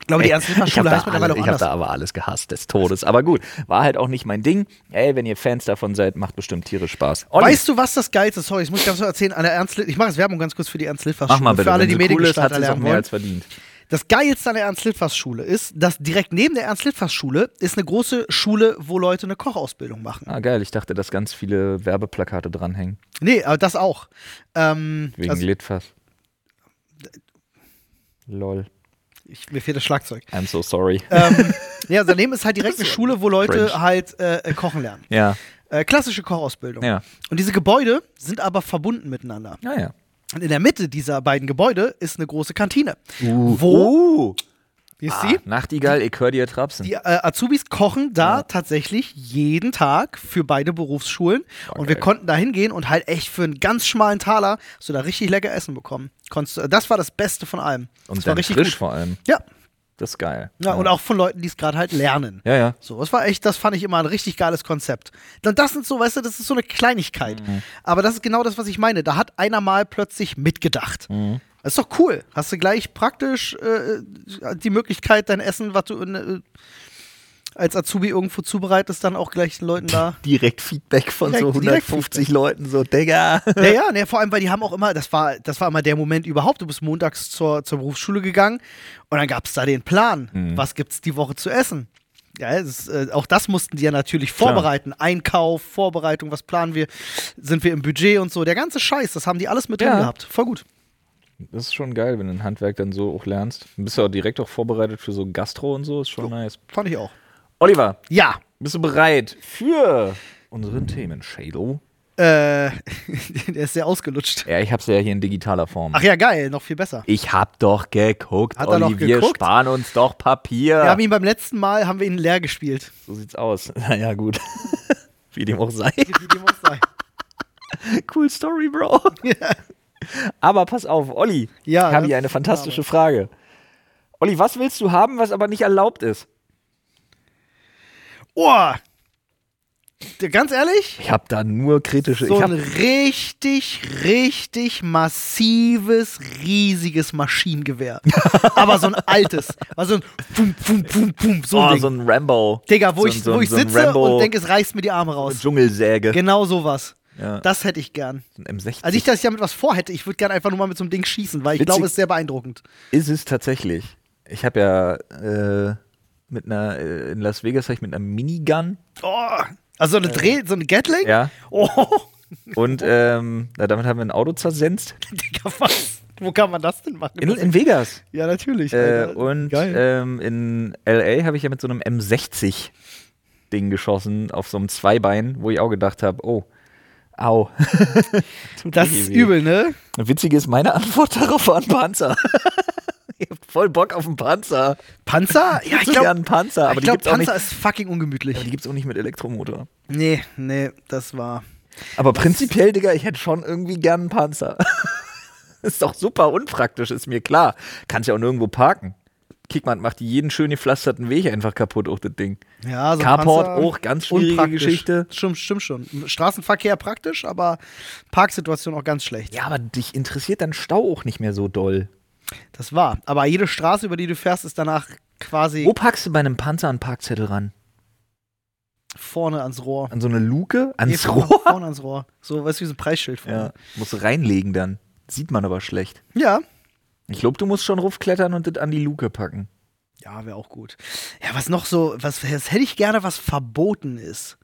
B: Ich glaube, die Ernst-Litvers-Schule heißt mittlerweile auch
A: ich hab
B: anders.
A: da aber alles gehasst des Todes. Aber gut, war halt auch nicht mein Ding. Ey, wenn ihr Fans davon seid, macht bestimmt Tiere Spaß. Olli,
B: Weißt du, was das Geilste ist? Sorry, ich muss ganz kurz erzählen. An der Ernst ich mache jetzt Werbung ganz kurz für die
A: mach
B: Ernst-Litvers-Schule.
A: mal bitte.
B: Für alle,
A: wenn
B: die
A: sie cool ist, hat
B: Mediengestalter
A: sie es auch
B: lernen
A: mehr
B: wollen.
A: als verdient.
B: Das Geilste an der Ernst-Litvers-Schule ist, dass direkt neben der Ernst-Litvers-Schule ist eine große Schule, wo Leute eine Kochausbildung machen.
A: Ah, geil. Ich dachte, dass ganz viele Werbeplakate dranhängen.
B: Nee, aber das auch. Ähm,
A: Wegen
B: also,
A: Litfaß.
B: Äh,
A: Lol.
B: ich, mir fehlt das Schlagzeug.
A: I'm so sorry.
B: ähm, ja, also daneben ist halt direkt eine Schule, wo Leute
A: cringe.
B: halt äh, äh, kochen lernen.
A: Ja.
B: Äh, klassische Kochausbildung.
A: Ja.
B: Und diese Gebäude sind aber verbunden miteinander.
A: Ah, Ja, ja.
B: Und in der Mitte dieser beiden Gebäude ist eine große Kantine. Wo,
A: Wo?
B: wie ist
A: Uh. Ah,
B: sie?
A: Nachtigall, ich höre dir trapsen.
B: Die äh, Azubis kochen da tatsächlich jeden Tag für beide Berufsschulen.
A: Boah,
B: und wir
A: geil.
B: konnten da hingehen und halt echt für einen ganz schmalen Taler so da richtig lecker Essen bekommen. Konntest, du- das war das Beste von allem.
A: Und
B: das war
A: dann
B: richtig
A: frisch
B: gut.
A: vor allem.
B: Ja.
A: Das ist geil.
B: ja, und auch von Leuten, die es gerade halt lernen.
A: Ja, ja.
B: So, das war echt, das fand ich immer ein richtig geiles Konzept. Dann das sind so, weißt du, das ist so eine Kleinigkeit. Aber das ist genau das, was ich meine. Da hat einer mal plötzlich mitgedacht. Das ist doch cool. Hast du gleich praktisch äh, die Möglichkeit, dein Essen, was du in, äh, als Azubi irgendwo zubereitest, dann auch gleich den Leuten da.
A: Direkt Feedback von
B: Direkt- so direkt 150
A: Leuten, so, Digga.
B: Ja, ja, ne, vor allem, weil die haben auch immer, das war, das war immer der Moment überhaupt. Du bist montags zur, zur Berufsschule gegangen und dann gab es da den Plan. Was gibt's die Woche zu essen? Ja, es ist, äh, auch das mussten die ja natürlich vorbereiten. Einkauf, Vorbereitung, was planen wir? Sind wir im Budget und so? Der ganze Scheiß, das haben die alles mit
A: Ja.
B: drin gehabt. Voll gut.
A: Das ist schon geil, wenn du ein Handwerk dann so auch lernst. Dann bist du auch direkt auch vorbereitet für so Gastro und so, ist schon
B: Jo.
A: nice.
B: Fand ich auch.
A: Oliver,
B: Ja.
A: bist du bereit für unseren Themenschädel?
B: Äh, der ist sehr ausgelutscht.
A: Ja, ich hab's ja hier in digitaler Form.
B: Ach ja, geil, noch viel besser.
A: Ich hab doch geguckt,
B: Hat er noch
A: Olivier,
B: geguckt?
A: sparen uns doch Papier.
B: Wir haben ihn beim letzten Mal, haben wir ihn leer gespielt.
A: so sieht's aus. Naja, gut. Wie dem auch sei.
B: Wie dem auch sei.
A: Cool Story, Bro. Aber pass auf, Olli.
B: Ja,
A: ich habe
B: das
A: hier eine
B: ist
A: fantastische Frage. Olli, was willst du haben, was aber nicht erlaubt ist?
B: Oh! D- Ganz ehrlich?
A: Ich habe da nur kritische.
B: So
A: ich
B: ein
A: habe
B: richtig, richtig massives, riesiges Maschinengewehr. Aber so ein altes. Also ein Pum, Pum, Pum, Pum, so ein
A: oh,
B: Ding.
A: so ein Rambo.
B: Digga, wo
A: so, ein-
B: ich,
A: so, ein-
B: wo ich
A: so ein
B: sitze
A: Rambo
B: und denke, es reißt mir die Arme raus.
A: Dschungelsäge.
B: Genau sowas.
A: Ja.
B: Das hätte ich gern.
A: So ein M60
B: Also nicht, dass ich damit was vorhätte. Ich würde gerne einfach nur mal mit so einem Ding schießen, weil ich
A: Witzig.
B: glaube, es ist sehr beeindruckend.
A: ist es tatsächlich. Ich habe ja äh, mit einer äh, in Las Vegas hab ich mit einer Minigun
B: Oh. Also so eine Dreh, so eine Gatling?
A: Ja.
B: Oh,
A: und ähm, na, damit haben wir ein Auto zersenzt
B: Digga, was? Wo kann man das denn machen?
A: in, in Vegas.
B: ja, natürlich.
A: Äh,
B: Alter.
A: und
B: Geil.
A: ähm, in LA habe ich ja mit so einem M60 Ding geschossen auf so einem Zweibein, wo ich auch gedacht habe, oh, au. Tut
B: das
A: richtig
B: ist
A: weh.
B: übel, ne?
A: Witzig ist, meine Antwort darauf war ein Panzer. ich hab voll Bock auf einen Panzer.
B: Panzer? Ja,
A: so gern einen Panzer, aber
B: ich
A: die
B: glaub,
A: gibt's auch
B: Panzer
A: nicht.
B: ist fucking ungemütlich.
A: Aber die gibt's auch nicht mit Elektromotor.
B: Nee, nee, das war.
A: Aber prinzipiell, Digga, ich hätte schon irgendwie gern einen Panzer. ist doch super unpraktisch, ist mir klar. Kannst ja auch nirgendwo parken. Kickmann macht jeden schön gepflasterten Weg einfach kaputt, auch das Ding.
B: Ja, so ein
A: Carport
B: Panzer,
A: auch, ganz schwierige
B: unpraktisch.
A: Geschichte.
B: Stimmt, stimmt schon. Straßenverkehr praktisch, aber Parksituation auch ganz schlecht.
A: Ja, aber dich interessiert dann Stau auch nicht mehr so doll.
B: Das war. Aber jede Straße, über die du fährst, ist danach quasi
A: Wo packst du bei einem Panzer einen Parkzettel ran?
B: vorne ans Rohr.
A: An so eine Luke? Ans
B: Nee,
A: Rohr?
B: Vorne ans Rohr. So, weißt du, wie so ein Preisschild
A: Ja,
B: vorne.
A: musst du reinlegen dann. Sieht man aber schlecht.
B: Ja.
A: Ich glaube, du musst schon raufklettern und das an die Luke packen.
B: Ja, wäre auch gut. Ja, was noch so, was, was hätte ich gerne, was verboten ist.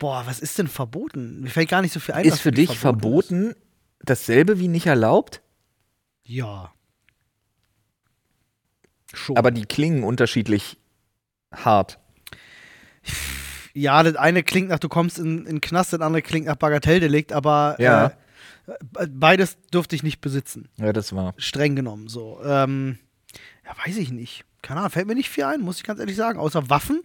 B: Boah, was ist denn verboten? Mir fällt gar nicht so viel ein.
A: ist
B: was
A: für dich
B: ist.
A: verboten dasselbe wie nicht erlaubt,
B: Ja. Schon.
A: aber die klingen unterschiedlich hart.
B: ja, das eine klingt nach, du kommst in, in den Knast, das andere klingt nach Bagatelldelikt, aber
A: Ja.
B: äh, be- beides dürfte ich nicht besitzen.
A: Ja, das war.
B: Streng genommen so. Ähm, ja, weiß ich nicht. Keine Ahnung, fällt mir nicht viel ein, muss ich ganz ehrlich sagen, außer Waffen.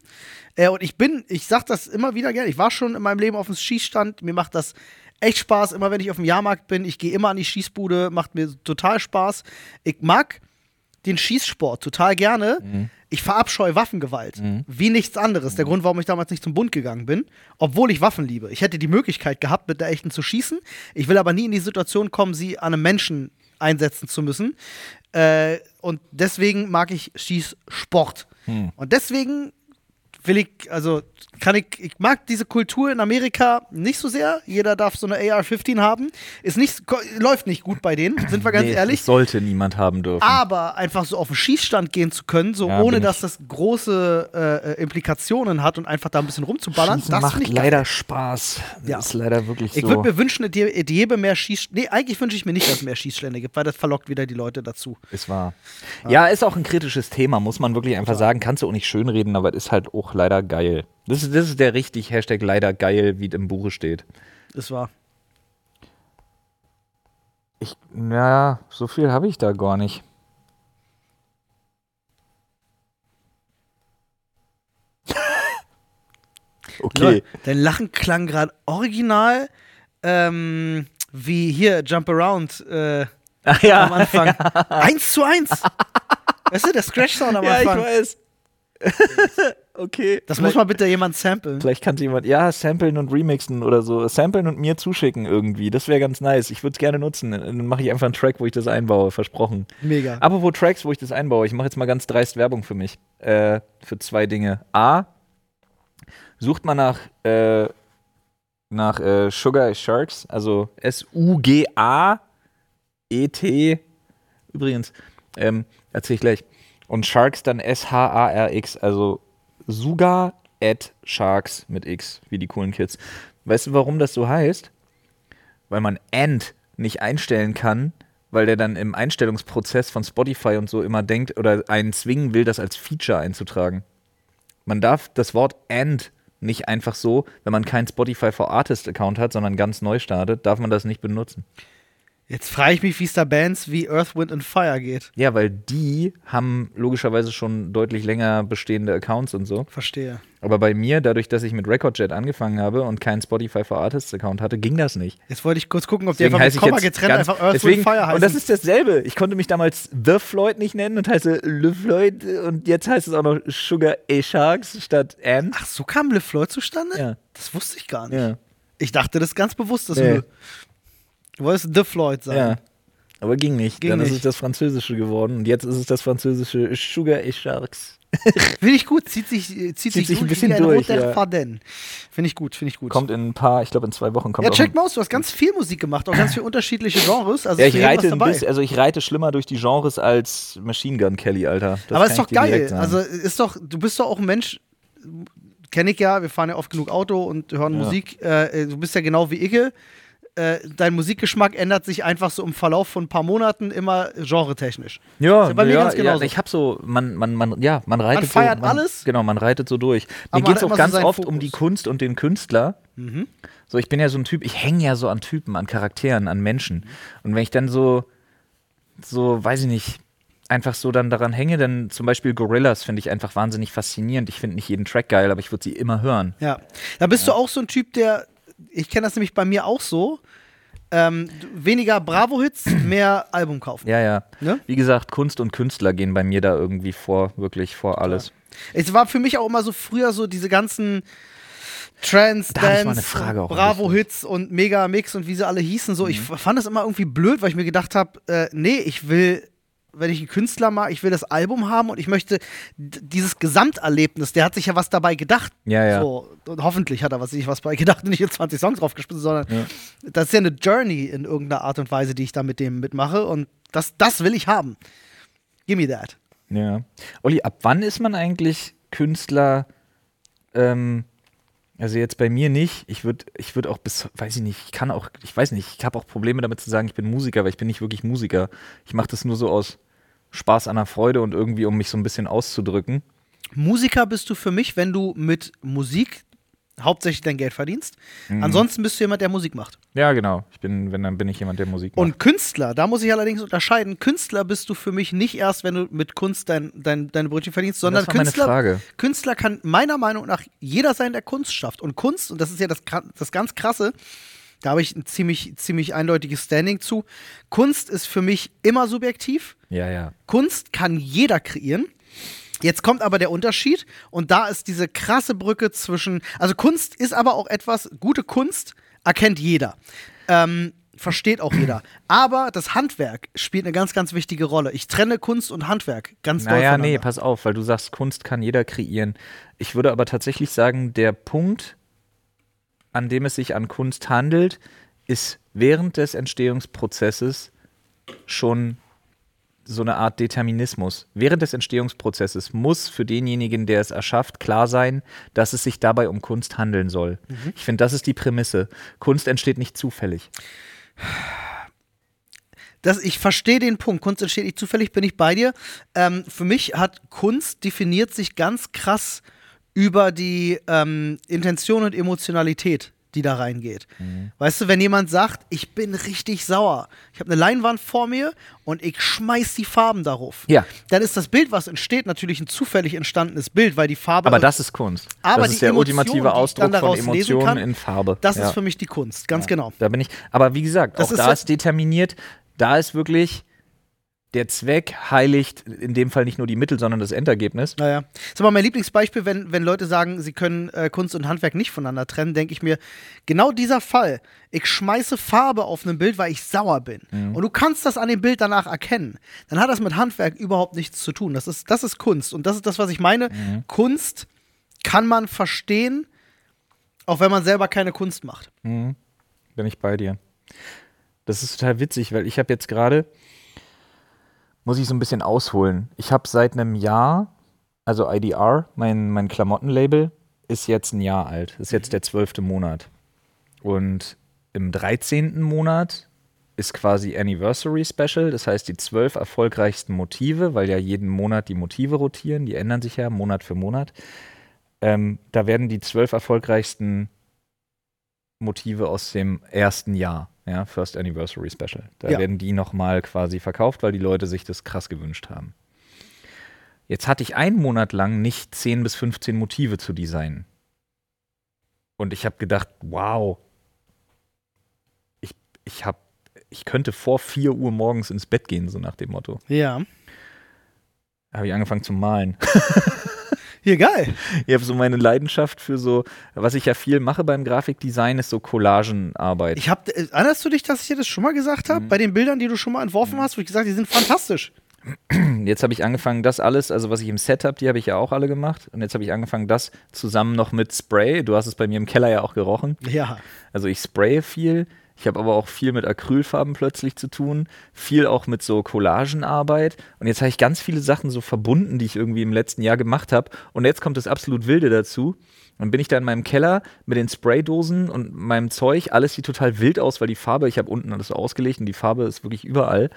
B: Äh, und ich bin, ich sag das immer wieder gerne, ich war schon in meinem Leben auf dem Schießstand, mir macht das echt Spaß, immer wenn ich auf dem Jahrmarkt bin, ich gehe immer an die Schießbude, macht mir total Spaß. Ich mag den Schießsport total gerne. Ich verabscheue Waffengewalt, wie nichts anderes. Der Grund, warum ich damals nicht zum Bund gegangen bin, obwohl ich Waffen liebe. Ich hätte die Möglichkeit gehabt, mit der echten zu schießen. Ich will aber nie in die Situation kommen, sie an einem Menschen einsetzen zu müssen. Äh, und deswegen mag ich Schießsport. Und deswegen will ich, also kann ich, ich mag diese Kultur in Amerika nicht so sehr. Jeder darf so eine AR-15 haben. Ist nicht, ko- läuft nicht gut bei denen, sind wir ganz
A: Nee,
B: ehrlich. Ah,
A: Das sollte niemand haben dürfen.
B: Aber einfach so auf den Schießstand gehen zu können, so
A: Ja,
B: ohne
A: bin ich-
B: dass das große äh, äh, Implikationen hat und einfach da ein bisschen rumzuballern,
A: Schießen
B: das
A: macht
B: finde ich geil.
A: leider Spaß. Das
B: Ja.
A: ist leider wirklich
B: Ich
A: so.
B: würde mir wünschen, es gäbe- es gäbe mehr Schießstände. Nee, eigentlich wünsche ich mir nicht, dass es mehr Schießstände gibt, weil das verlockt wieder die Leute dazu.
A: Ist wahr. Ja, ist auch ein kritisches Thema, muss man wirklich einfach sagen. Kannst du auch nicht schönreden, aber es ist halt auch leider geil. Das ist, das ist der richtig Hashtag leider geil, wie es im Buche steht.
B: Das war.
A: Ich, ja, so viel habe ich da gar nicht. okay.
B: Lol, Dein Lachen klang gerade original ähm, wie hier Jump Around äh,
A: Ach
B: am Anfang. Eins zu eins. weißt du, der Scratch-Sound am
A: ja, ich
B: Anfang.
A: weiß. okay.
B: das muss
A: vielleicht,
B: mal bitte jemand samplen.
A: Vielleicht kann jemand, ja, samplen und remixen oder so. Samplen und mir zuschicken irgendwie. Das wäre ganz nice. Ich würde es gerne nutzen. Dann mache ich einfach einen Track, wo ich das einbaue. Versprochen.
B: Mega.
A: Apropos Tracks, wo ich das einbaue, ich mache jetzt mal ganz dreist Werbung für mich. Äh, für zwei Dinge. A, sucht mal nach, äh, nach äh, Sugar Sharks, also S-U-G-A-E-T. E Übrigens, ähm, erzähl ich gleich. Und Sharks dann S-H-A-R-X, also Sugar at Sharks mit X, wie die coolen Kids. Weißt du, warum das so heißt? Weil man and nicht einstellen kann, weil der dann im Einstellungsprozess von Spotify und so immer denkt oder einen zwingen will, das als Feature einzutragen. Man darf das Wort and nicht einfach so, wenn man keinen Spotify for Artist Account hat, sondern ganz neu startet, darf man das nicht benutzen.
B: Jetzt frage ich mich, wie es da Bands wie Earth, Wind and Fire geht.
A: Ja, weil die haben logischerweise schon deutlich länger bestehende Accounts und so.
B: Verstehe.
A: Aber bei mir, dadurch, dass ich mit RecordJet angefangen habe und keinen Spotify for Artists Account hatte, ging das nicht.
B: Jetzt wollte ich kurz gucken, ob die einfach mit
A: heiße
B: Komma getrennt einfach Earth,
A: deswegen,
B: Wind and Fire heißen.
A: Und das ist dasselbe. Ich konnte mich damals The Floyd nicht nennen und heiße Le Floyd und jetzt heißt es auch noch Sugar A Sharks statt And.
B: Ach, so kam Le Floyd zustande?
A: Ja.
B: Das wusste ich gar nicht.
A: Ja,
B: Ich dachte das ganz bewusst, dass
A: Nee.
B: du. Du wolltest The Floyd sagen.
A: ja. Aber ging nicht.
B: Ging
A: Dann ist
B: nicht.
A: es das Französische geworden und jetzt ist es das französische Sugar A Sharks.
B: Finde ich gut, zieht sich, äh, zieht sich,
A: sich ein
B: durch
A: bisschen
B: wie ein
A: durch,
B: roter
A: ja.
B: Faden. Finde ich gut, finde ich gut.
A: Kommt in ein paar, ich glaube in zwei Wochen kommt
B: ja,
A: auch
B: Check Mouse, du hast ganz viel Musik gemacht, auch ganz viele unterschiedliche Genres. Also
A: Ja,
B: ist
A: ich
B: für jeden
A: reite,
B: was
A: ein
B: dabei.
A: bisschen, also ich reite schlimmer durch die Genres als Machine Gun Kelly, Alter. Das
B: Aber
A: kann
B: ist
A: ich
B: doch
A: dir direkt
B: geil.
A: sagen.
B: Also ist doch, du bist doch auch ein Mensch, kenne ich ja, wir fahren ja oft genug Auto und hören
A: Ja.
B: Musik. Äh, du bist ja genau wie Icke. Äh, dein Musikgeschmack ändert sich einfach so im Verlauf von ein paar Monaten immer genretechnisch.
A: ja,
B: ist bei mir
A: ja,
B: ganz genauso.
A: ja, ich hab so, man, man, man, ja, man reitet so.
B: feiert
A: man,
B: alles.
A: Genau, man reitet so durch.
B: Aber
A: Mir
B: man
A: geht's
B: hat immer
A: auch
B: so
A: ganz
B: seinen
A: oft
B: Fokus. Mhm.
A: um die Kunst und den Künstler. So, ich bin ja so ein Typ, ich hänge ja so an Typen, an Charakteren, an
B: Mhm.
A: Menschen. Und wenn ich dann so, so, weiß ich nicht, einfach so dann daran hänge, dann zum Beispiel Gorillas finde ich einfach wahnsinnig faszinierend. Ich finde nicht jeden Track geil, aber ich würde sie immer hören.
B: Ja. Da bist du auch so ein Typ, der, ich kenne das nämlich bei mir auch so, ähm, du- weniger Bravo-Hits, mehr Album kaufen.
A: Ja, ja.
B: Ne?
A: Wie gesagt, Kunst und Künstler gehen bei mir da irgendwie vor, wirklich vor alles.
B: Es war für mich auch immer so früher so diese ganzen Trans,
A: Da hab ich mal
B: Dance,
A: eine Frage auch an ne? Mhm.
B: Bravo Hits und Mega Mix und wie sie alle hießen so. Ich f- fand das immer irgendwie blöd, weil ich mir gedacht habe, äh, nee, ich will wenn ich einen Künstler mag, ich will das Album haben und ich möchte d- dieses Gesamterlebnis, der hat sich ja was dabei gedacht.
A: Ja, ja.
B: So, und hoffentlich hat er was, sich was dabei gedacht und nicht jetzt 20 Songs draufgespielt, sondern
A: Ja.
B: das ist ja eine Journey in irgendeiner Art und Weise, die ich da mit dem mitmache und das, das will ich haben. Give me that.
A: Ja. Olli, ab wann ist man eigentlich Künstler? Ähm, also jetzt bei mir nicht. Ich würde ich würd auch bis, weiß ich nicht, ich kann auch, ich weiß nicht, ich habe auch Probleme damit zu sagen, ich bin Musiker, weil ich bin nicht wirklich Musiker. Ich mache das nur so aus Spaß an der Freude und irgendwie, um mich so ein bisschen auszudrücken.
B: Musiker bist du für mich, wenn du mit Musik hauptsächlich dein Geld verdienst. Ansonsten bist du jemand, der Musik macht.
A: Mhm. Ja, genau. Ich bin, wenn, dann bin ich jemand, der Musik macht.
B: Und Künstler, da muss ich allerdings unterscheiden. Künstler bist du für mich nicht erst, wenn du mit Kunst dein, dein, deine Brötchen verdienst, sondern
A: das war meine
B: Künstler,
A: Frage.
B: Künstler kann meiner Meinung nach jeder sein, der Kunst schafft. Und Kunst, und das ist ja das, Kra- das ganz Krasse, da habe ich ein ziemlich, ziemlich eindeutiges Standing zu. Kunst ist für mich immer subjektiv.
A: ja, ja.
B: Kunst kann jeder kreieren. Jetzt kommt aber der Unterschied und da ist diese krasse Brücke zwischen. Also Kunst ist aber auch etwas, gute Kunst erkennt jeder. Ähm, versteht auch jeder. Aber das Handwerk spielt eine ganz, ganz wichtige Rolle. Ich trenne Kunst und Handwerk ganz doll
A: Naja, nee,
B: voneinander.
A: pass auf, weil du sagst, Kunst kann jeder kreieren. Ich würde aber tatsächlich sagen, der Punkt, an dem es sich an Kunst handelt, ist während des Entstehungsprozesses schon so eine Art Determinismus. Während des Entstehungsprozesses muss für denjenigen, der es erschafft, klar sein, dass es sich dabei um Kunst handeln soll.
B: Mhm.
A: Ich finde, das ist die Prämisse. Kunst entsteht nicht zufällig.
B: Das, ich verstehe den Punkt. Kunst entsteht nicht zufällig, bin ich bei dir. Ähm, für mich hat Kunst definiert sich ganz krass über die ähm, Intention und Emotionalität, die da reingeht.
A: Mhm.
B: Weißt du, wenn jemand sagt, ich bin richtig sauer, ich habe eine Leinwand vor mir und ich schmeiß die Farben darauf,
A: Ja.
B: dann ist das Bild, was entsteht, natürlich ein zufällig entstandenes Bild, weil die Farbe.
A: Aber das ist Kunst.
B: Also, Aber
A: das
B: die
A: ist der
B: Emotion, die ich
A: ultimative
B: dann
A: Ausdruck von
B: daraus lesen
A: Emotionen
B: kann,
A: in Farbe.
B: das
A: Ja.
B: ist für mich die Kunst, ganz genau.
A: Da bin ich. Aber wie gesagt,
B: Das
A: auch
B: ist
A: da
B: ja-
A: ist determiniert, da ist wirklich der Zweck heiligt in dem Fall nicht nur die Mittel, sondern das Endergebnis.
B: Naja. Das ist aber mein Lieblingsbeispiel, wenn, wenn Leute sagen, sie können äh, Kunst und Handwerk nicht voneinander trennen, denke ich mir, genau dieser Fall, ich schmeiße Farbe auf ein Bild, weil ich sauer bin. Und du kannst das an dem Bild danach erkennen. Dann hat das mit Handwerk überhaupt nichts zu tun. Das ist, das ist Kunst. Und das ist das, was ich meine. Kunst kann man verstehen, auch wenn man selber keine Kunst macht.
A: Bin ich bei dir. Das ist total witzig, weil ich habe jetzt gerade, muss ich so ein bisschen ausholen. Ich habe seit einem Jahr, also IDR, mein, mein Klamottenlabel, ist jetzt ein Jahr alt. Ist jetzt der zwölfte Monat. Und im 13. Monat ist quasi Anniversary Special, das heißt die zwölf erfolgreichsten Motive, weil ja jeden Monat die Motive rotieren, die ändern sich ja Monat für Monat. Ähm, da werden die zwölf erfolgreichsten Motive aus dem ersten Jahr, ja, First Anniversary Special. Da
B: Ja.
A: werden die nochmal quasi verkauft, weil die Leute sich das krass gewünscht haben. Jetzt hatte ich einen Monat lang nicht 10 bis 15 Motive zu designen. Und ich habe gedacht, wow, ich, ich, hab, ich könnte vor 4 Uhr morgens ins Bett gehen, so nach dem Motto.
B: Ja.
A: Da habe ich angefangen zu malen.
B: Hier, geil.
A: Ich habe so meine Leidenschaft für so, was ich ja viel mache beim Grafikdesign, ist so Collagenarbeit.
B: Ich hab, äh, erinnerst du dich, dass ich dir das schon mal gesagt habe? Bei den Bildern, die du schon mal entworfen hast, wo ich gesagt die sind fantastisch.
A: Jetzt habe ich angefangen, das alles, also was ich im Set habe, die habe ich ja auch alle gemacht. Und jetzt habe ich angefangen, das zusammen noch mit Spray. Du hast es bei mir im Keller ja auch gerochen.
B: Ja.
A: Also ich spraye viel. Ich habe aber auch viel mit Acrylfarben plötzlich zu tun, viel auch mit so Collagenarbeit. Und jetzt habe ich ganz viele Sachen so verbunden, die ich irgendwie im letzten Jahr gemacht habe. Und jetzt kommt das absolut Wilde dazu. Dann bin ich da in meinem Keller mit den Spraydosen und meinem Zeug. Alles sieht total wild aus, weil die Farbe, ich habe unten alles so ausgelegt und die Farbe ist wirklich überall.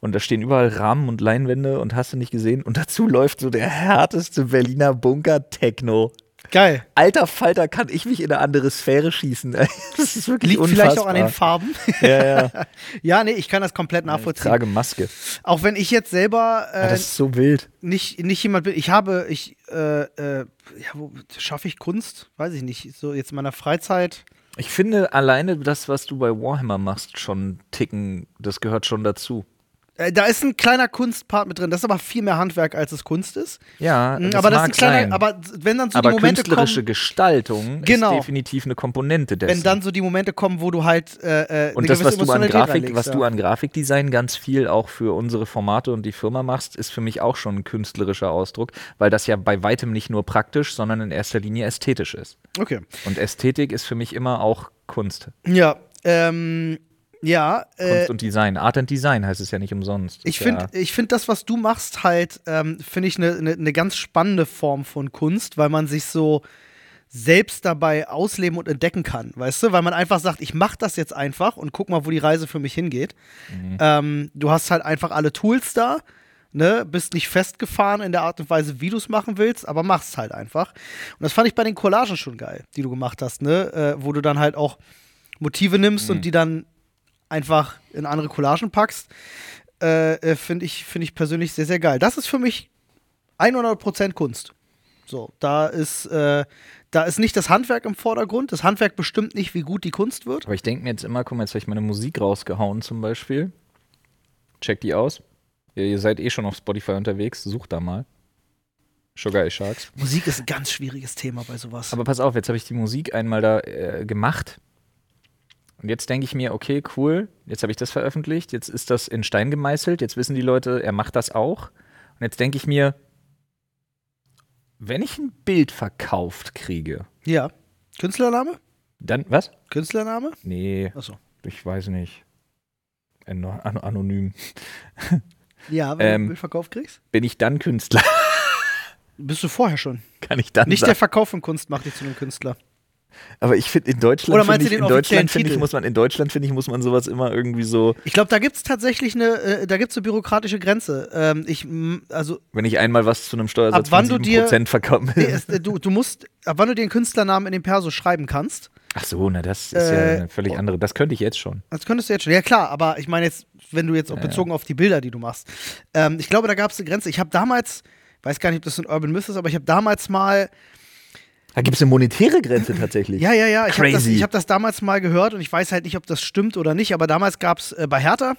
A: Und da stehen überall Rahmen und Leinwände und hast du nicht gesehen. Und dazu läuft so der härteste Berliner Bunker-Techno.
B: Geil.
A: Alter Falter, kann ich mich in eine andere Sphäre schießen? Das ist wirklich
B: Liegt
A: unfassbar.
B: vielleicht auch an den Farben.
A: Ja, ja.
B: ja, nee, ich kann das komplett
A: Ich
B: nachvollziehen.
A: trage Maske.
B: Auch wenn ich jetzt selber
A: Ah,
B: äh,
A: das ist so wild.
B: nicht, nicht jemand bin. Ich habe, ich, äh, äh, ja, wo- schaffe ich Kunst? Weiß ich nicht. So jetzt in meiner Freizeit.
A: Ich finde alleine das, was du bei Warhammer machst, schon ticken, das gehört schon dazu.
B: Äh, da ist ein kleiner Kunstpart mit drin. Das ist aber viel mehr Handwerk, als es Kunst ist.
A: Ja,
B: Mhm, aber das ist
A: mag
B: ein kleiner,
A: sein.
B: aber wenn dann so
A: Aber
B: die Momente
A: künstlerische
B: kommen,
A: Gestaltung
B: Genau.
A: ist definitiv eine Komponente dessen.
B: wenn dann so die Momente kommen, wo du halt äh, äh, eine
A: und das,
B: gewisse
A: was du, an
B: Emotionalität
A: Grafik,
B: reinlegst,
A: was
B: ja.
A: du an Grafikdesign ganz viel auch für unsere Formate und die Firma machst, ist für mich auch schon ein künstlerischer Ausdruck, weil das ja bei weitem nicht nur praktisch, sondern in erster Linie ästhetisch ist.
B: Okay.
A: Und Ästhetik ist für mich immer auch Kunst.
B: Ja, ähm, ja, äh,
A: Kunst und Design. Art and Design heißt es ja nicht umsonst.
B: ich
A: Ist ja-
B: finde ich find das, was du machst, halt, ähm, finde ich eine ne, ne ganz spannende Form von Kunst, weil man sich so selbst dabei ausleben und entdecken kann, weißt du? Weil man einfach sagt, ich mach das jetzt einfach und guck mal, wo die Reise für mich hingeht. Ähm, du hast halt einfach alle Tools da, ne? Bist nicht festgefahren in der Art und Weise, wie du es machen willst, aber machst halt einfach. Und das fand ich bei den Collagen schon geil, die du gemacht hast, ne? Äh, wo du dann halt auch Motive nimmst und die dann einfach in andere Collagen packst, äh, äh, finde ich, find ich persönlich sehr, sehr geil. Das ist für mich 100% Kunst. So, da ist, äh, da ist nicht das Handwerk im Vordergrund. Das Handwerk bestimmt nicht, wie gut die Kunst wird.
A: Aber ich denke mir jetzt immer, guck mal, jetzt habe ich meine Musik rausgehauen zum Beispiel. Check die aus. Ihr, ihr seid eh schon auf Spotify unterwegs, sucht da mal. Sugar is Sharks.
B: Musik ist ein ganz schwieriges Thema bei sowas.
A: Aber pass auf, jetzt habe ich die Musik einmal da äh, gemacht. Und jetzt denke ich mir, okay, cool, jetzt habe ich das veröffentlicht, jetzt ist das in Stein gemeißelt, jetzt wissen die Leute, er macht das auch. Und jetzt denke ich mir, wenn ich ein Bild verkauft kriege,
B: ja. Künstlername?
A: dann, was?
B: Künstlername?
A: Nee,
B: Achso.
A: ich weiß nicht. An an- anonym.
B: Ja, wenn du
A: Ähm.
B: einen Bildverkauf kriegst.
A: Bin ich dann Künstler?
B: Bist du vorher schon.
A: Kann ich dann
B: Nicht der
A: sagen.
B: Verkauf von Kunst macht dich zu einem Künstler.
A: Aber ich finde in Deutschland,
B: Oder meinst
A: finde
B: du
A: ich,
B: den
A: in Deutschland
B: offiziellen
A: finde ich,
B: Titel?
A: muss man in Deutschland finde ich muss man sowas immer irgendwie so,
B: Ich glaube, da gibt es tatsächlich eine, äh, da gibt's eine bürokratische Grenze. Ähm, ich, m- also
A: wenn ich einmal was zu einem Steuersatz
B: Ab wann du
A: von
B: dir-
A: 7% verkaufen
B: Nee, es, äh, du, du musst, ab wann du den Künstlernamen in den Perso schreiben kannst,
A: Ach so, na das ist ja
B: Äh,
A: eine völlig andere. Das könnte ich jetzt schon.
B: das könntest du jetzt schon. Ja klar, aber ich meine jetzt, wenn du jetzt auch bezogen auf die Bilder, die du machst. Ähm, ich glaube, da gab es eine Grenze. Ich habe damals, weiß gar nicht, ob das ein Urban Myth ist, aber ich habe damals mal,
A: Da gibt es eine monetäre Grenze tatsächlich.
B: ja, ja, ja, ich habe das,
A: Crazy.
B: ich hab das damals mal gehört und ich weiß halt nicht, ob das stimmt oder nicht, aber damals gab es äh, bei Hertha,